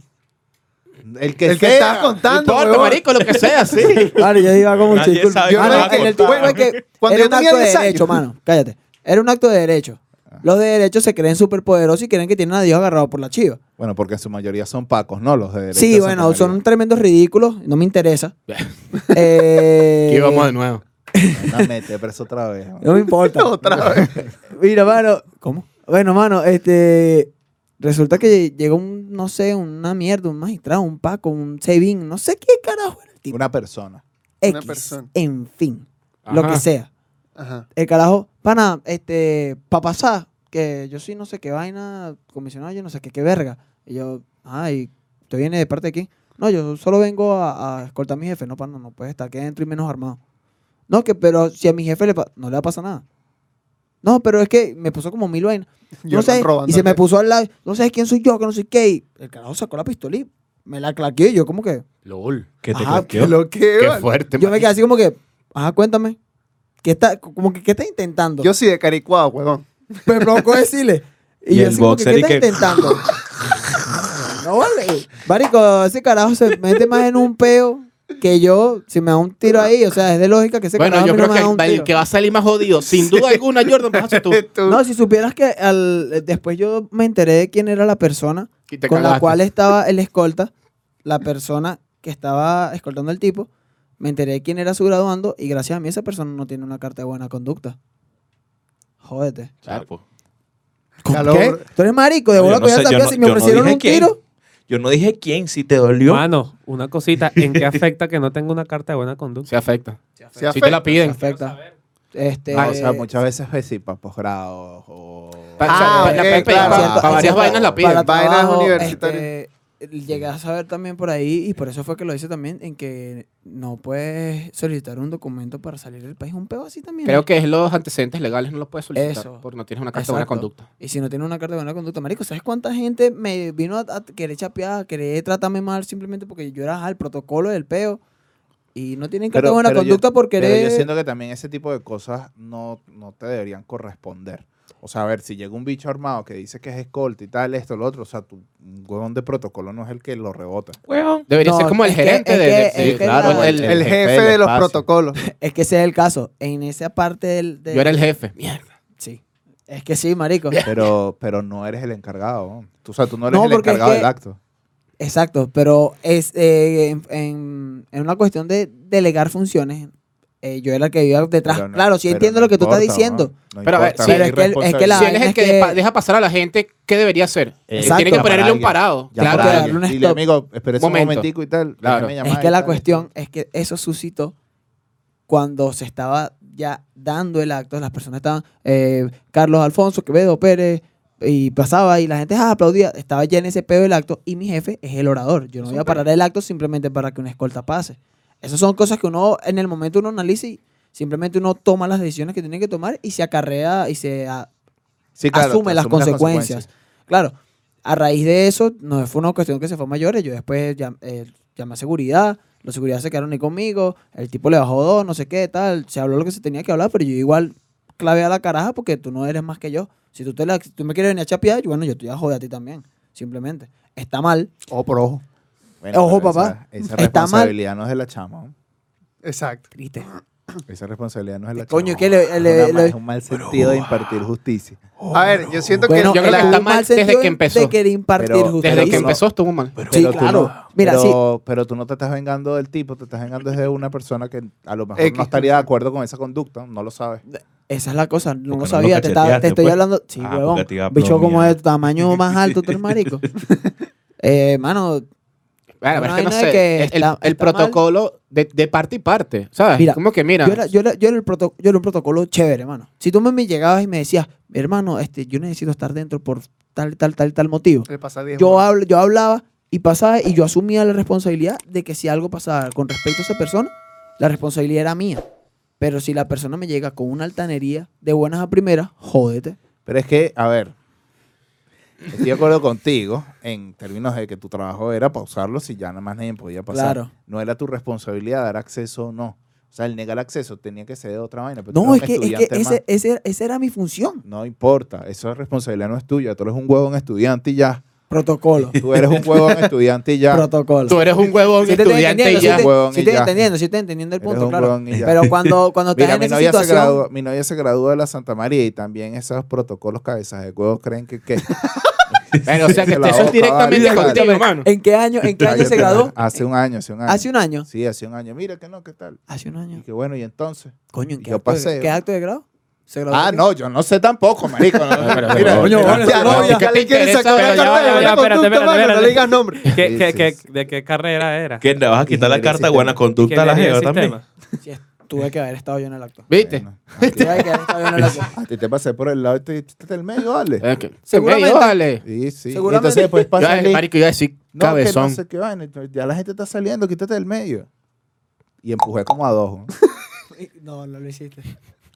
El que, El que sea. estás contando, Importa, huevón. marico, lo que sea, sí. <laughs> Claro, yo iba como Nadie chico. sabe Yo cómo no, va a el- el contar. tubo es que Cuando era yo un tenía acto de 10 años. Ah. derecho, mano. Cállate. Era un acto de derecho. Los de derecho se creen superpoderosos y creen que tienen a Dios agarrado por la chiva. Bueno, porque en su mayoría son pacos, ¿no? Los de derecha Sí, Santa bueno, María. son tremendos ridículos. No me <laughs> interesa. Eh, Aquí vamos de nuevo. No, mete preso otra vez. ¿no? no me importa. <laughs> Otra vez. Mira, mano. ¿Cómo? Bueno, mano, este. Resulta que llegó un, no sé, una mierda, un magistrado, un paco, un Sebin, no sé qué carajo era el tipo. Una persona. una X, persona. En fin, lo Ajá. que sea. Ajá. el carajo, pana, este, pa' pasar, que yo soy no sé qué vaina, comisionado, yo no sé qué, qué verga. Y yo, ay, ¿te viene de parte de quién? No, yo solo vengo a, a escoltar a mi jefe. No, pana, no puedes estar aquí adentro y menos armado. No, que, pero si a mi jefe le pa- no le va a pasar nada. No, pero es que me puso como mil vainas. Yo No sé, robando. y se me puso al lado, no sé quién soy yo, que no sé qué. Y el carajo sacó la pistola y me la claqué. Y yo como que, LOL. Que te Ajá, coqueó. Ah, Lo que, Qué vale. fuerte. yo me quedé así como que, ajá, cuéntame. ¿Qué está, como que, qué está intentando? Yo soy de Caricuado, huevón. me provocó decirle. Y, Y yo el así como que, ¿qué boxer y está que- <laughs> intentando? no vale. Marico, ese carajo se mete más en un peo que yo si me da un tiro ahí. O sea, es de lógica que ese Bueno, carajo a yo mí no creo me da un que el, tiro. el que va a salir más jodido, sin duda alguna, Jordan, vas a ser tú. <laughs> Tú. No, si supieras que al, después yo me enteré de quién era la persona Y te con la cagaste. cual estaba el escolta, la persona que estaba escoltando al tipo, me enteré de quién era su graduando y gracias a mí esa persona no tiene una carta de buena conducta. Jódete. Chapo. Calor. ¿Qué? ¿Tú eres marico? De pues, bola Yo no que ya sé, yo sabía no- si me yo no ofrecieron dije un quién. tiro. Yo no dije quién, si te dolió. Mano, una cosita, ¿en qué afecta que no tenga una carta de buena conducta? Se afecta. Se Si te la afecta. piden. Perfecta. Este, Ah, o sea, muchas veces es sí, para posgrados o... Pa- o sea, Ah, la- la- ok, la- claro. pa- Cierto, pa varias cierto. vainas la piden. para Vainas trabajo, universitarias. este, llegué a saber también por ahí, y por eso fue que lo hice también, en que no puedes solicitar un documento para salir del país. Un pedo así también. Creo que es los antecedentes legales, no los puedes solicitar Eso. porque no tienes una carta de buena Exacto. conducta. Y si no tiene una carta de buena conducta, marico, ¿sabes cuánta gente me vino a, a querer chapear, a querer tratarme mal simplemente porque yo era al protocolo del peo? Y no tienen carta de buena yo- conducta por pero querer. yo siento que también ese tipo de cosas no, no te deberían corresponder. O sea, a ver, si llega un bicho armado que dice que es escolta y tal, esto, lo otro, o sea, tu un huevón de protocolo no es el que lo rebota. Huevón. Debería No, ser como el es que- gerente es de, que- de- es de- que claro, o el- El, el- jefe jefe del de los espacio. protocolos. Es que ese es el caso. En esa parte del. del- yo era el jefe. Mierda. Sí. Es que sí, marico. Pero, pero no eres el encargado. Tú, o sea, tú no eres No, el porque es encargado que- del acto. Exacto, pero es eh, en, en- en una cuestión de delegar funciones. eh, yo era el que iba detrás. Pero no- claro, sí pero entiendo no lo que tú estás importa, diciendo. ¿no? No Pero a ver, importa, sí, pero es que el- es que la si él es vaina el es que, que- pa- deja pasar a la gente, ¿qué debería hacer? Exacto. Tiene que ponerle un Eh, Alguien. parado. Ya Claro. por ahí. darle un Dile, stop. amigo, espera un Momento. momentico y tal. Claro. déjame Es llamar que y la tal. cuestión es que eso suscitó cuando se estaba ya dando el acto. Las personas estaban, eh, Carlos Alfonso, Quevedo, Pérez, y pasaba y la gente ah, aplaudía. Estaba ya en ese pedo del acto y mi jefe es el orador. Yo no voy a parar el acto simplemente para que una escolta pase. Esas son cosas que uno en el momento uno analiza y simplemente uno toma las decisiones que tiene que tomar y se acarrea y se a- Sí, claro, te asume las asume consecuencias. Claro, a raíz de eso, no fue una cuestión que se fue a mayores. Yo después ya, eh, llamé a seguridad, los seguridad se quedaron ahí conmigo, el tipo le bajó dos, no sé qué, tal, se habló lo que se tenía que hablar, pero yo igual clavé a la caraja porque tú no eres más que yo. Si tú, te la- si tú me quieres venir a chapear, yo, bueno, yo te voy a joder a ti también, simplemente. Está mal, Ojo Oh, por ojo. Bueno, Ojo, pero papá. Esa, Está esa mal. responsabilidad no es de la chama. ¿no? Exacto. triste. Esa responsabilidad no es de la Coño, chama. que le- le- es, una ma- le- es un mal sentido de impartir justicia. A ver, yo siento que. Bueno, Yo creo el- que está un mal desde sentido que empezó. De querer impartir Pero- justicia. Desde que no. empezó estuvo mal. Sí, Pero tú claro. no- Mira, pero, pero tú no te estás vengando del tipo, te estás vengando desde una persona que a lo mejor X. no estaría de acuerdo con esa conducta, no lo sabes. Esa es la cosa, no no lo lo sabía. te, estaba- te cacheteaste, estoy pues. hablando. Sí, Ah, huevón. porque te iba a Bicho como de plomear. tamaño más alto, tú eres <laughs> marico. eh, mano, Bueno, Una pero es que no vaina de sé. que el- el está- el está mal. protocolo de, de parte y parte. ¿Sabes? Mira, como que mira. yo era, yo, era, yo, era el proto- yo era un protocolo chévere, hermano. Si tú me- me llegabas y me decías, hermano, este, yo necesito estar dentro por tal, tal, tal, tal motivo. Le pasa 10 Yo, horas. habl- yo hablaba y pasaba y yo asumía la responsabilidad de que si algo pasaba con respecto a esa persona, la responsabilidad era mía. Pero si la persona me llega con una altanería de buenas a primeras, jódete. Pero es que, a ver, estoy de acuerdo contigo en términos de que tu trabajo era pausarlo si ya nada más nadie podía pasar. Claro. No era tu responsabilidad dar acceso o no. O sea, el negar acceso tenía que ser de otra vaina. pero tú No, es eres un que, es que estudiante más. ese, ese- esa era mi función. No importa, esa responsabilidad no es tuya. Tú eres un huevón estudiante y ya. Protocolo. Tú eres un huevón estudiante y <laughs> ya. protocolo. Tú eres un huevón Sí te estoy estudiante y entendiendo, sí ya. te- Huevón sí y te estoy ya. entendiendo, sí estoy entendiendo el Eres punto, un claro. huevón y ya. Pero cuando, <laughs> cuando estás Mira, en mi esa novia, se situación, graduó, mi novia se graduó de la Santa María y también esos protocolos cabezas de huevos creen que <laughs> qué. Bueno, o sea, que Se la eso es boca, directamente vale, vale. contigo, hermano. ¿en qué año, <laughs> en qué año se graduó? Hace un año, hace un año. Hace un año. Sí, hace un año. Mira que no, ¿qué tal? Hace un Y año. que bueno, y entonces. Coño, ¿en qué, yo acto de, pasé. ¿qué acto de grado? ¿Se graduó Ah, de- no, yo no sé tampoco, marico. No, pero- mira, Coño, mira, vale, ya, no, no, ya. ya. que le quieres Pero sacar ya, ya, la carta de ya, buena ya, espérate, conducta, espérate, mano, espérate. No le digas nombre. ¿Qué- Sí, qué- sí, qué- sí. ¿De qué carrera era? ¿Qué le vas a quitar la Ingeniería carta de buena sistema. conducta a la Ingeniería jeva de también? sistema. Sí, tuve que haber estado yo en el <laughs> acto. ¿Viste? Bueno, Tuve que haber estado yo en <laughs> el acto. A ti te pasé por el lado y te diste del medio, vale. Eh, que- Seguramente- Ey, vale. Sí, sí. Seguramente- Entonces después Yo, pasa el eh, link. marico, iba a decir No, que cabezón. no sé qué vaina. Ya la gente está saliendo, quítate del medio. Y empujé como a dos. <laughs> ¿no? No, no lo hiciste.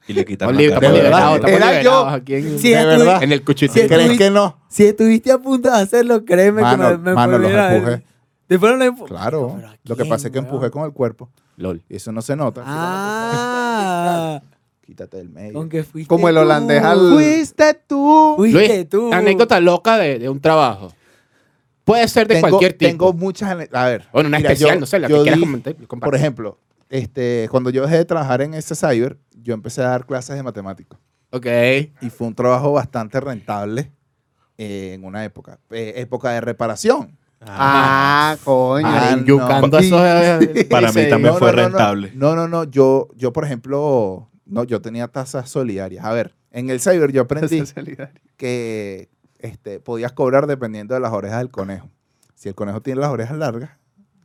Y le quitan Estamos la liberados, carta. Ah, de verdad, estamos era liberados yo. aquí en, Sí, de tú- verdad. en el cuchito. Sí, Pero- ¿Crees que no? Si estuviste a punto de hacerlo, créeme que Mano, me, me mano, los volviera a- empujé. Te fueron los empu- Claro. Pero ¿a Lo que pasa es que quién, empujé weón? con el cuerpo. LOL. Y eso no se nota. Ah, Quítate del medio. con que fuiste Como el tú. holandés al. Fuiste tú. Fuiste Luis, tú. anécdota loca de, de un trabajo. Puede ser de Tengo- cualquier tipo. Tengo muchas. ane- A ver. bueno, una mira, especial, yo- no sé, la yo que quieras di- comentar. Por comparte. ejemplo, este, cuando yo dejé de trabajar en ese cyber, yo empecé a dar clases de matemáticas. Ok. Y fue un trabajo bastante rentable eh, en una época. Eh, época de reparación. Ah, coño. Ah, Ay, no. yucando esos, <laughs> eh, Para mí dice, también no, fue no, no, no. rentable. No, no, no. Yo, yo por ejemplo, no, yo tenía tasas solidarias. A ver, en el cyber yo <laughs> aprendí que este, podías cobrar dependiendo de las orejas del conejo. Si el conejo tiene las orejas largas,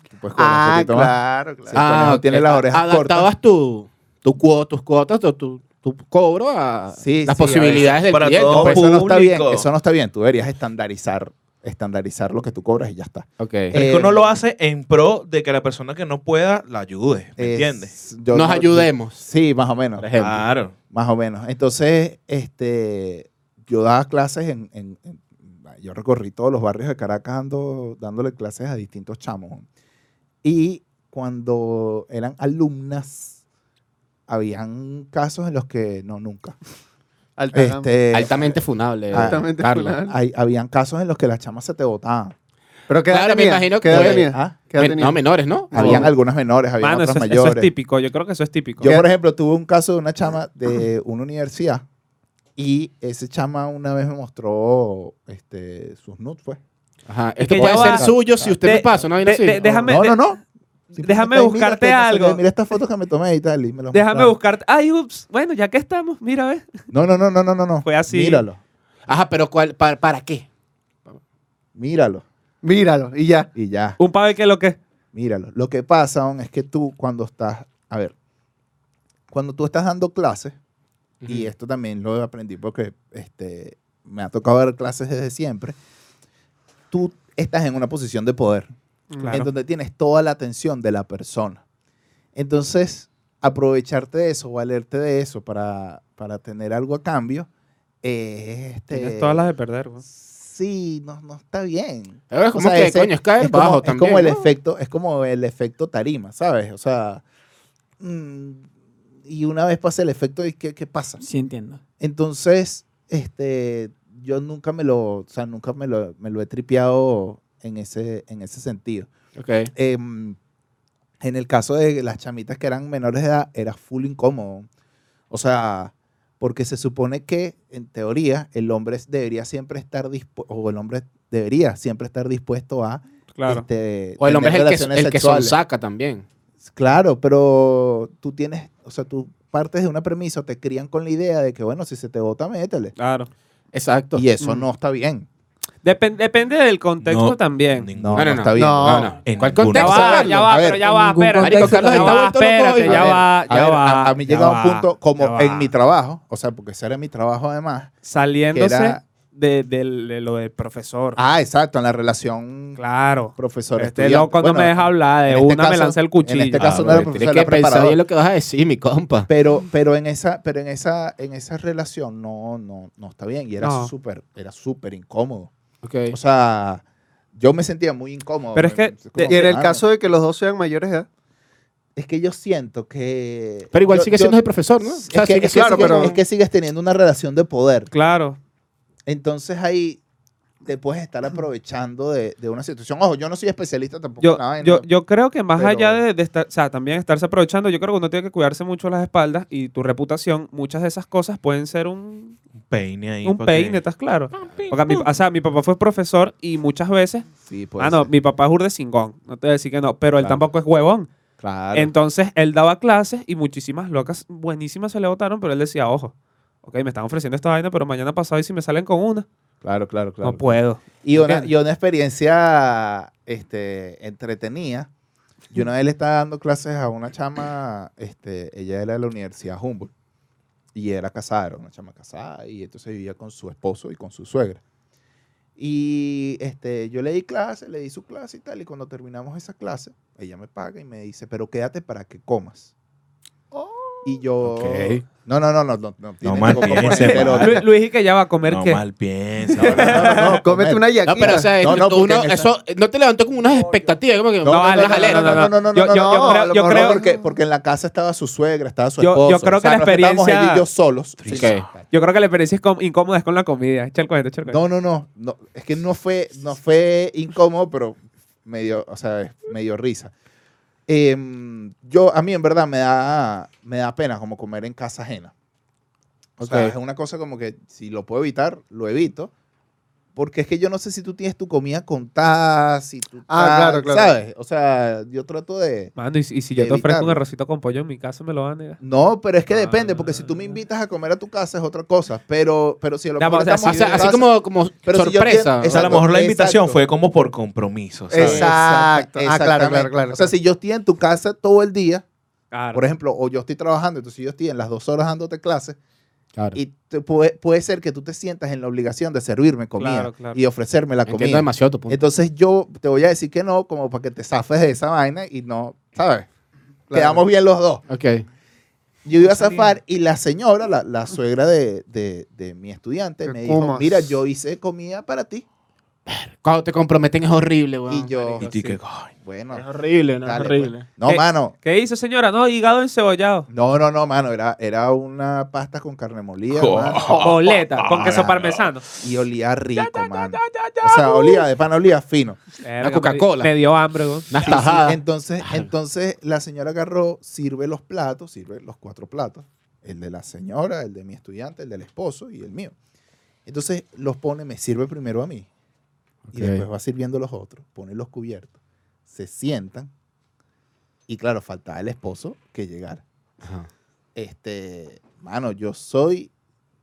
tú puedes cobrar un Ah, poquito más. claro, Sí. claro. Ah, conejo ok. tiene las orejas Adaptabas tu, tu cuo- tus cuotas, tu, tu, tu cobro a Sí, las sí, posibilidades del para cliente. todo. No, pues. eso no está bien. público. Eso no está bien. Tú deberías estandarizar, estandarizar lo que tú cobras y ya está. Ok. Pero es que Eh, uno lo hace en pro de que la persona que no pueda la ayude, ¿me Es- entiendes? yo Nos no- ayudemos. Sí, más o menos. Por ejemplo. Claro. Más o menos. Entonces, este, yo daba clases en, en- en- Yo recorrí todos los barrios de Caracas ando- dándole clases a distintos chamos. Y cuando eran alumnas, habían casos en los que... No, <laughs> nunca. Altamente. Este, Altamente funable. ah, Altamente Carlos. funable. hay- habían casos en los que las chamas se te botaban. Pero qué edad Claro, me tenía, imagino qué que- edad Yo tenía? Ah, ¿Qué edad Men- tenía? no, menores, ¿no? Habían algunas menores, habían Mano, otras eso, es- eso mayores. es típico. Yo creo que eso es típico. Yo, por ejemplo, tuve un caso de una chama de una universidad y ese chama una vez me mostró este, sus nudes, pues. Ajá. Es Esto que puede ya ser va- suyo si usted de- me pasa, ¿no? de- de- déjame- no, de- no, no. déjame Mira, buscarte mira, algo. Mira estas fotos que me tomé y tal. Y me las Déjame mostraron. buscarte. Ay, ups. Bueno, ya que estamos, mira, ve. No, no, no, no, no, no, no. Fue así. Míralo, Ajá, pero ¿cuál, para, ¿para qué? míralo Míralo, y ya. y ya. Un pave que lo que. Míralo. Lo que pasa, aún, es que tú cuando estás, a ver, cuando tú estás dando clases, y esto también lo aprendí porque este, me ha tocado dar clases desde siempre, tú estás en una posición de poder, en donde tienes toda la atención de la persona. Entonces, aprovecharte de eso, valerte de eso para, para tener algo a cambio, es... Este, Tienes todas las de perder, weón. Sí, así, no, no está bien. Es como sea, que, ese- coño, es caer es como, bajo es también. como el ¿no? efecto, es como el efecto tarima, ¿sabes? O sea, mm, y una vez pasa el efecto, ¿y qué, qué pasa? Sí, entiendo. Entonces, este, yo nunca me lo, o sea, nunca me lo, me lo he tripeado en ese, en ese sentido. Ok. Em, en el caso de las chamitas que eran menores de edad, era full incómodo. O sea, porque se supone que, en teoría, el hombre debería siempre estar dispuesto, o el hombre debería siempre estar dispuesto a Claro. este, O el hombre es tener el que, relaciones el que sexuales. sonsaca también. Claro, pero tú tienes, o sea, tú partes de una premisa, te crían con la idea de que, bueno, si se te vota, métele. Claro. Exacto. Y eso Mm. no está bien. Depen- depende del contexto No, también. Ningún- No, no, No, no, no. está bien. No. en ¿Cuál ningún- Ya contexto? va, Saberlo. ya va, A ver, pero ya va, ningún espérate. contexto. Marico, Carlos Ya está va, vuelto loco espérate, hoy. ya A ver, va, a ya ver, va, a- A mí Este, ya llega un va, punto, como ya en va. mi trabajo, o sea, porque ese era mi trabajo además. que Saliéndose era- de, del- de lo del profesor. Ah, exacto, en la relación claro. profesor Este loco cuando me deja hablar de en este una me caso- lanza el en cuchillo. este Ah, caso no bueno, era profesor, tienes era que pensar preparador. bien lo que vas a decir, mi compa. Pero, pero en esa, pero en esa, en esa relación no, no, no está bien. Y era No. súper, era súper incómodo. Ok. O sea, yo me sentía muy incómodo. Pero es que- como Y en el claro. caso de que los dos sean mayores de edad. es que yo siento que. Pero igual yo- sigue yo- siendo el profesor, ¿no? O Es sea, que- sigue es que siendo- claro, sigue- pero- es que sigues teniendo una relación de poder. Claro. Entonces ahí te puedes estar aprovechando de, de una situación. Ojo, yo no soy especialista tampoco Yo, en la vaina. yo, yo creo que más pero- allá de, de estar, o sea, también estarse aprovechando, yo creo que uno tiene que cuidarse mucho las espaldas y tu reputación. Muchas de esas cosas pueden ser un, Un peine ahí. un porque- peine, ¿estás claro? Porque a mi, o sea, mi papá fue profesor y muchas veces. Sí, puede Ah, no, ser. mi papá es urdecingón. No te voy a decir que no, pero él Claro. tampoco es huevón. Claro. Entonces él daba clases y muchísimas locas buenísimas se le votaron, pero él decía, ojo, ok, me están ofreciendo esta vaina, pero mañana pasado y si me salen con una, claro, claro, claro. no puedo. Y una, ¿Entiendes? y una experiencia este, entretenida. Yo una vez le estaba dando clases a una chama, este, ella era de la Universidad Humboldt y era casada, era una chama casada y entonces vivía con su esposo y con su suegra. Y este, yo le di clase, le di su clase y tal, y cuando terminamos esa clase, ella me paga y me dice, pero quédate para que comas. Oh. Y yo... Ok. No, no, no, no, no. No, tienes mal que comer, piense, pero- pa. Lu- Luis y que ya va a comer No qué. mal piensa. <laughs> No, no, no, no, Cómete comer. una No, pero o yaquita. sea, No, no, tú porque no, en esa- eso no te levantó como unas expectativas, como que No, no, no, las no, aleras. no, no, no, no, no, Yo- no, yo- yo creo- yo no, creo- porque, porque en la casa estaba su suegra, estaba su Yo- yo esposo. creo que la no estábamos experiencia- él y yo solos. Ok. Yo creo que la experiencia es com- incómoda es con la comida. Echa el cuento, echa el cuento. No, no, no, no, Es que no fue, no fue incómodo, pero me dio, o sea, me dio risa. Em, yo, a mí en verdad me da, me da pena como comer en casa ajena. O sea, Ok. es una cosa como que si lo puedo evitar, lo evito. Porque es que yo no sé si tú tienes tu comida contada, si tú... Ah, tal, claro, claro. ¿Sabes? O sea, yo trato de... Mano, y, si- y si yo te ofrezco Evitarlo. un arrocito con pollo en mi casa, me lo van a negar. No, pero es que depende, Ah. porque si tú me invitas a comer a tu casa es otra cosa, pero, pero si a lo Ya, mejor o sea, estamos O sea, en así casa- como, como Pero si yo sorpresa. quiero- O sea, a lo Exacto, mejor la invitación exacto. fue como por compromiso. ¿sabes? Exacto. Ah, claro, exactamente. claro, claro, O sea, claro. si yo estoy en tu casa todo el día, Claro. por e- ejemplo, o yo estoy trabajando, entonces yo estoy en las dos horas dándote clases, Claro. y te puede, puede ser que tú te sientas en la obligación de servirme comida Claro, claro. y ofrecerme la Entiendo comida. demasiado tu punto. Entonces yo te voy a decir que no, como para que te zafes de esa vaina y no, ¿sabes? Quedamos bien los dos. Ok. Yo iba a zafar y la señora, la, la suegra de, de- de mi estudiante, Que me dijo, comas. mira, yo hice comida para ti. Cuando te comprometen es horrible, weón. y yo, Y tú que, <laughs> "Ay, bueno, Es horrible, no dale, es horrible. pues". No, Eh. mano. ¿Qué hizo, señora? No, hígado encebollado. No, no, no, mano. Era, era una pasta con carne <laughs> molida, Jo. mano, Boleta, con queso parmesano. Y olía <laughs> rico, mano. O sea, olía, de pan olía fino. Pues, Verga, me- Coca-Cola. Me dio hambre, güey. Unas Sí, sí, tajadas. Entonces, entonces la señora agarró, sirve los platos, sirve los cuatro platos. El de la señora, el de mi estudiante, el del esposo y el mío. Entonces los pone, me sirve primero a mí. Y Ok. después va sirviendo los otros, pone los cubiertos, se sientan. Y claro, faltaba el esposo que llegara. Ajá. Este, mano, yo soy,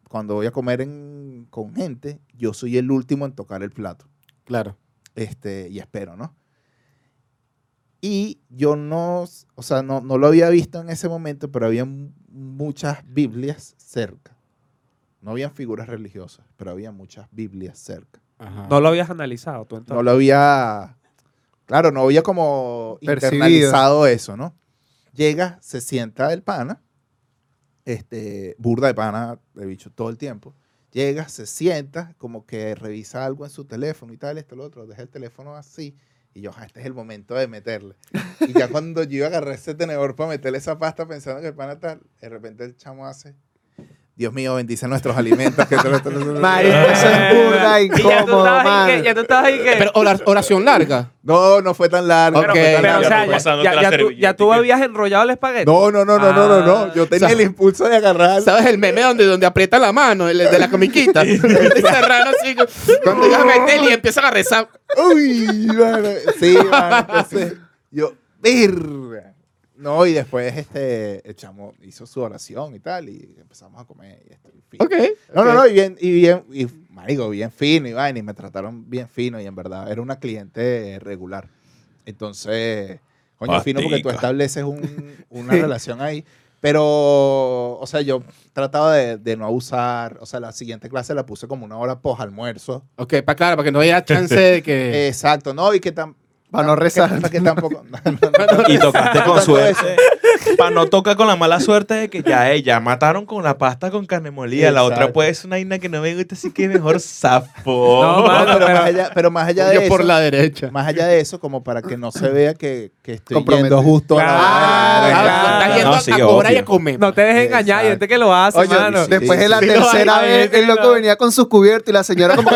cuando voy a comer en- con gente, yo soy el último en tocar el plato Claro. este, y espero, ¿no? Y yo no, s- o sea, no, no lo había visto en ese momento, pero había mu- muchas Biblias cerca. No habían figuras religiosas, pero había muchas Biblias cerca. Ajá. No lo habías analizado tú No entonces. lo había, claro, no había como Percibido. internalizado eso, ¿no? Llega, se sienta el pana, este, burda de pana, de bicho, todo el tiempo. Llega, se sienta, como que revisa algo en su teléfono y tal, esto, lo otro, deja el teléfono así. Y yo, "Ah, este es el momento de meterle. Y ya cuando yo iba a agarrar ese tenedor para meterle esa pasta pensando que el pana tal, de repente el chamo hace, Dios mío, bendice nuestros alimentos. Que tal, tal, tal, tal". Marico, eso Eh, es burda Y ya tú incómodo, estabas ahí que- man. ya tú estabas ahí que- Pero ora- oración larga. No, no fue tan largo. Ok. no fue tan Pero, o largo, sea, pues. ya, pasándote ya- la ya tú, servilleta ya y tú que- habías enrollado el espagueti. No, no, no, no, no, no, no. Yo tenía Ah. O sea, el impulso de agarrar. ¿Sabes el meme donde, donde aprieta la mano, el de la comiquita? Y Serrano así, cuando llegas a meter y empiezan a rezar. Uy, mano. Sí, mano, entonces, yo, "Verga". No, y después este, el chamo hizo su oración y tal, y empezamos a comer. Y esto, y fin. Ok. No, no, no, y bien, y bien, y marico, bien fino, y vaina, y me trataron bien fino, y en verdad, era una cliente eh, regular. Entonces, coño, fino porque tú Pastica. estableces un- <laughs> una relación ahí. Pero, o sea, yo trataba de, de no abusar, o sea, la siguiente clase la puse como una hora post almuerzo. Ok, para claro, para que no haya chance de que. <laughs> Exacto, no, y que tan... Para no rezar. <laughs> Que, que tampoco... <laughs> no, no, no, no, Y tocaste con Tanto suerte. <laughs> Para no tocar con la mala suerte de que ya, eh, ya mataron con la pasta con carne molida. La otra Exacto. puede ser una vaina que no me gusta, así que mejor zafo. <laughs> No, No, mano, pero, pero- más allá, pero más allá de Yo eso, por la derecha. más allá de eso, como para que no se vea que, que estoy Comprometido. yendo justo a la Ah, hora. claro. Estás yendo No, a- sí, a cobrar y a obvio. comer. No te dejes engañar, hay Exacto. gente que lo <laughs> hace, Oye, mano. sí. Después de la sí, sí, tercera no, hay- vez, hay- el loco no. venía con sus cubiertos y la <laughs> señora como...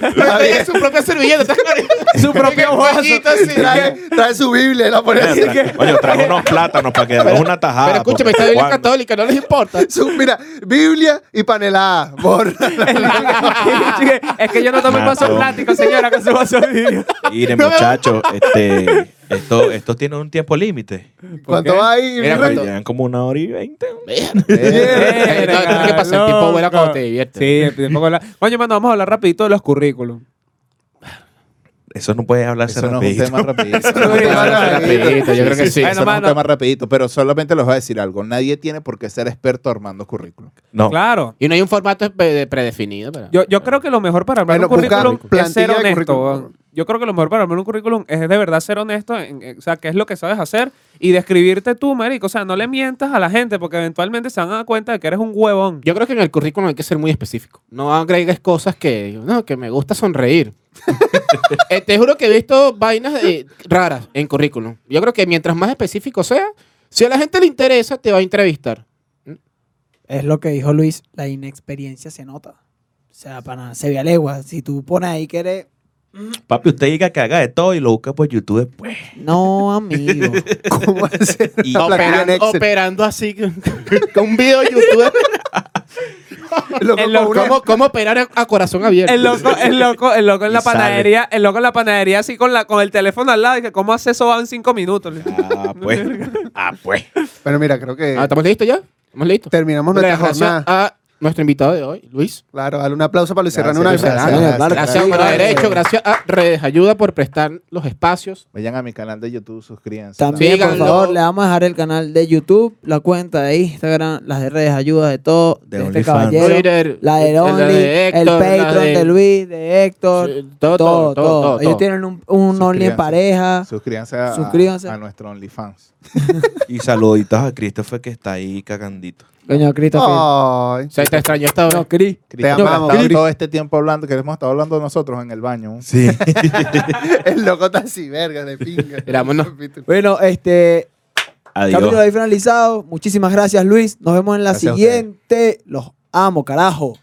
Pero tiene su propia servilleta, ¿estás claro? Su propio <laughs> Un vaso. poquito así. trae, trae su Biblia y la pone así. Oye, trajo unos plátanos para que demos una tajada. Pero escúchame, porque esta Biblia Juan- católica, no les importa. Su- mira, Biblia y panelada. <laughs> es que yo no tomo el vaso Mató. plástico, señora, con su vaso de vidrio. Miren, muchachos, este, esto, esto tiene un tiempo límite. ¿Cuánto va ahí? Mira, Pero Roberto? Llevan como una hora y veinte. <laughs> Eh, no, creo que pasa el tiempo bueno cuando te diviertes. Sí, tampoco la- Coño, mano, vamos a hablar rapidito de los currículums. Eso no puede hablarse Eso no es rapidito. un tema rapidito. no es un tema rapidito, yo creo que Eso sí. Bueno, no es un mano. tema rapidito, pero solamente les voy a decir algo. Nadie tiene por qué ser experto armando currículum. No, Claro. Y no hay un formato eh, pre- predefinido. pero- Yo, yo creo que lo mejor para armar Bueno, un buscar currículum es plantilla ser de honesto. currículum. weón. Yo creo que lo mejor para armar un currículum es de verdad ser honesto, en- en- o sea, qué es lo que sabes hacer y describirte tú, marico. O sea, no le mientas a la gente porque eventualmente se van a dar cuenta de que eres un huevón. Yo creo que en el currículum hay que ser muy específico. No agregues cosas que, no, que me gusta sonreír. <laughs> Eh, te juro que he visto vainas eh, raras en currículum. Yo creo que mientras más específico sea, si a la gente le interesa, te va a entrevistar. Es lo que dijo Luis, la inexperiencia se nota. O sea, para se ve a legua. Si tú pones ahí que eres... papi, usted diga que haga de todo y lo busca por YouTube después. No, amigo. ¿Cómo hacer Y una plantilla en Operando, Excel? operando así, con <laughs> con un video de YouTube. Loco, el con loco- una- ¿Cómo, cómo operar a- a corazón abierto? El loco, el loco, el loco en Y la sale. panadería, el loco en la panadería así con la con el teléfono al lado y que cómo hace eso en cinco minutos. <laughs> Ah, pues. Ah, pues. Pero mira, creo que Ah, ¿Estamos listos ya? ¿Estamos listos? terminamos Le nuestra agradezco jornada. a nuestro invitado de hoy, Luis. Claro, dale un aplauso para Luis Serrano una vez. Gracias, Gracias. gracias, Claro, Gracias claro. a Mano Derecho, gracias a Redes Ayuda por prestar los espacios. Vayan a mi canal de YouTube, suscríbanse. Sí, También, por Síganlo. favor, le vamos a dejar el canal de YouTube, la cuenta de Instagram, las de redes ayudas de todo, De de, este OnlyFans. caballero, Twitter, la de la Only, de Héctor, el la Patreon de... de- Luis, de Héctor, Sí, todo, todo, todo, todo, todo, Ellos todo. tienen un, un Only Suscríbanse. en pareja. Suscríbanse a, Suscríbanse. a nuestro OnlyFans. Y saluditos a Christopher que está ahí cagandito. Coño, Christopher. Ah. Ay, Se te extrañó esta vez. No, Cris. Te amamos. todo este tiempo hablando, que hemos estado hablando nosotros en el baño. Sí. el loco está así, verga, de pinga. Mira, vámonos. Bueno, este capítulo Adiós. ahí finalizado. Muchísimas gracias, Luis. Nos vemos en la Gracias a ustedes. siguiente. Los amo, carajo.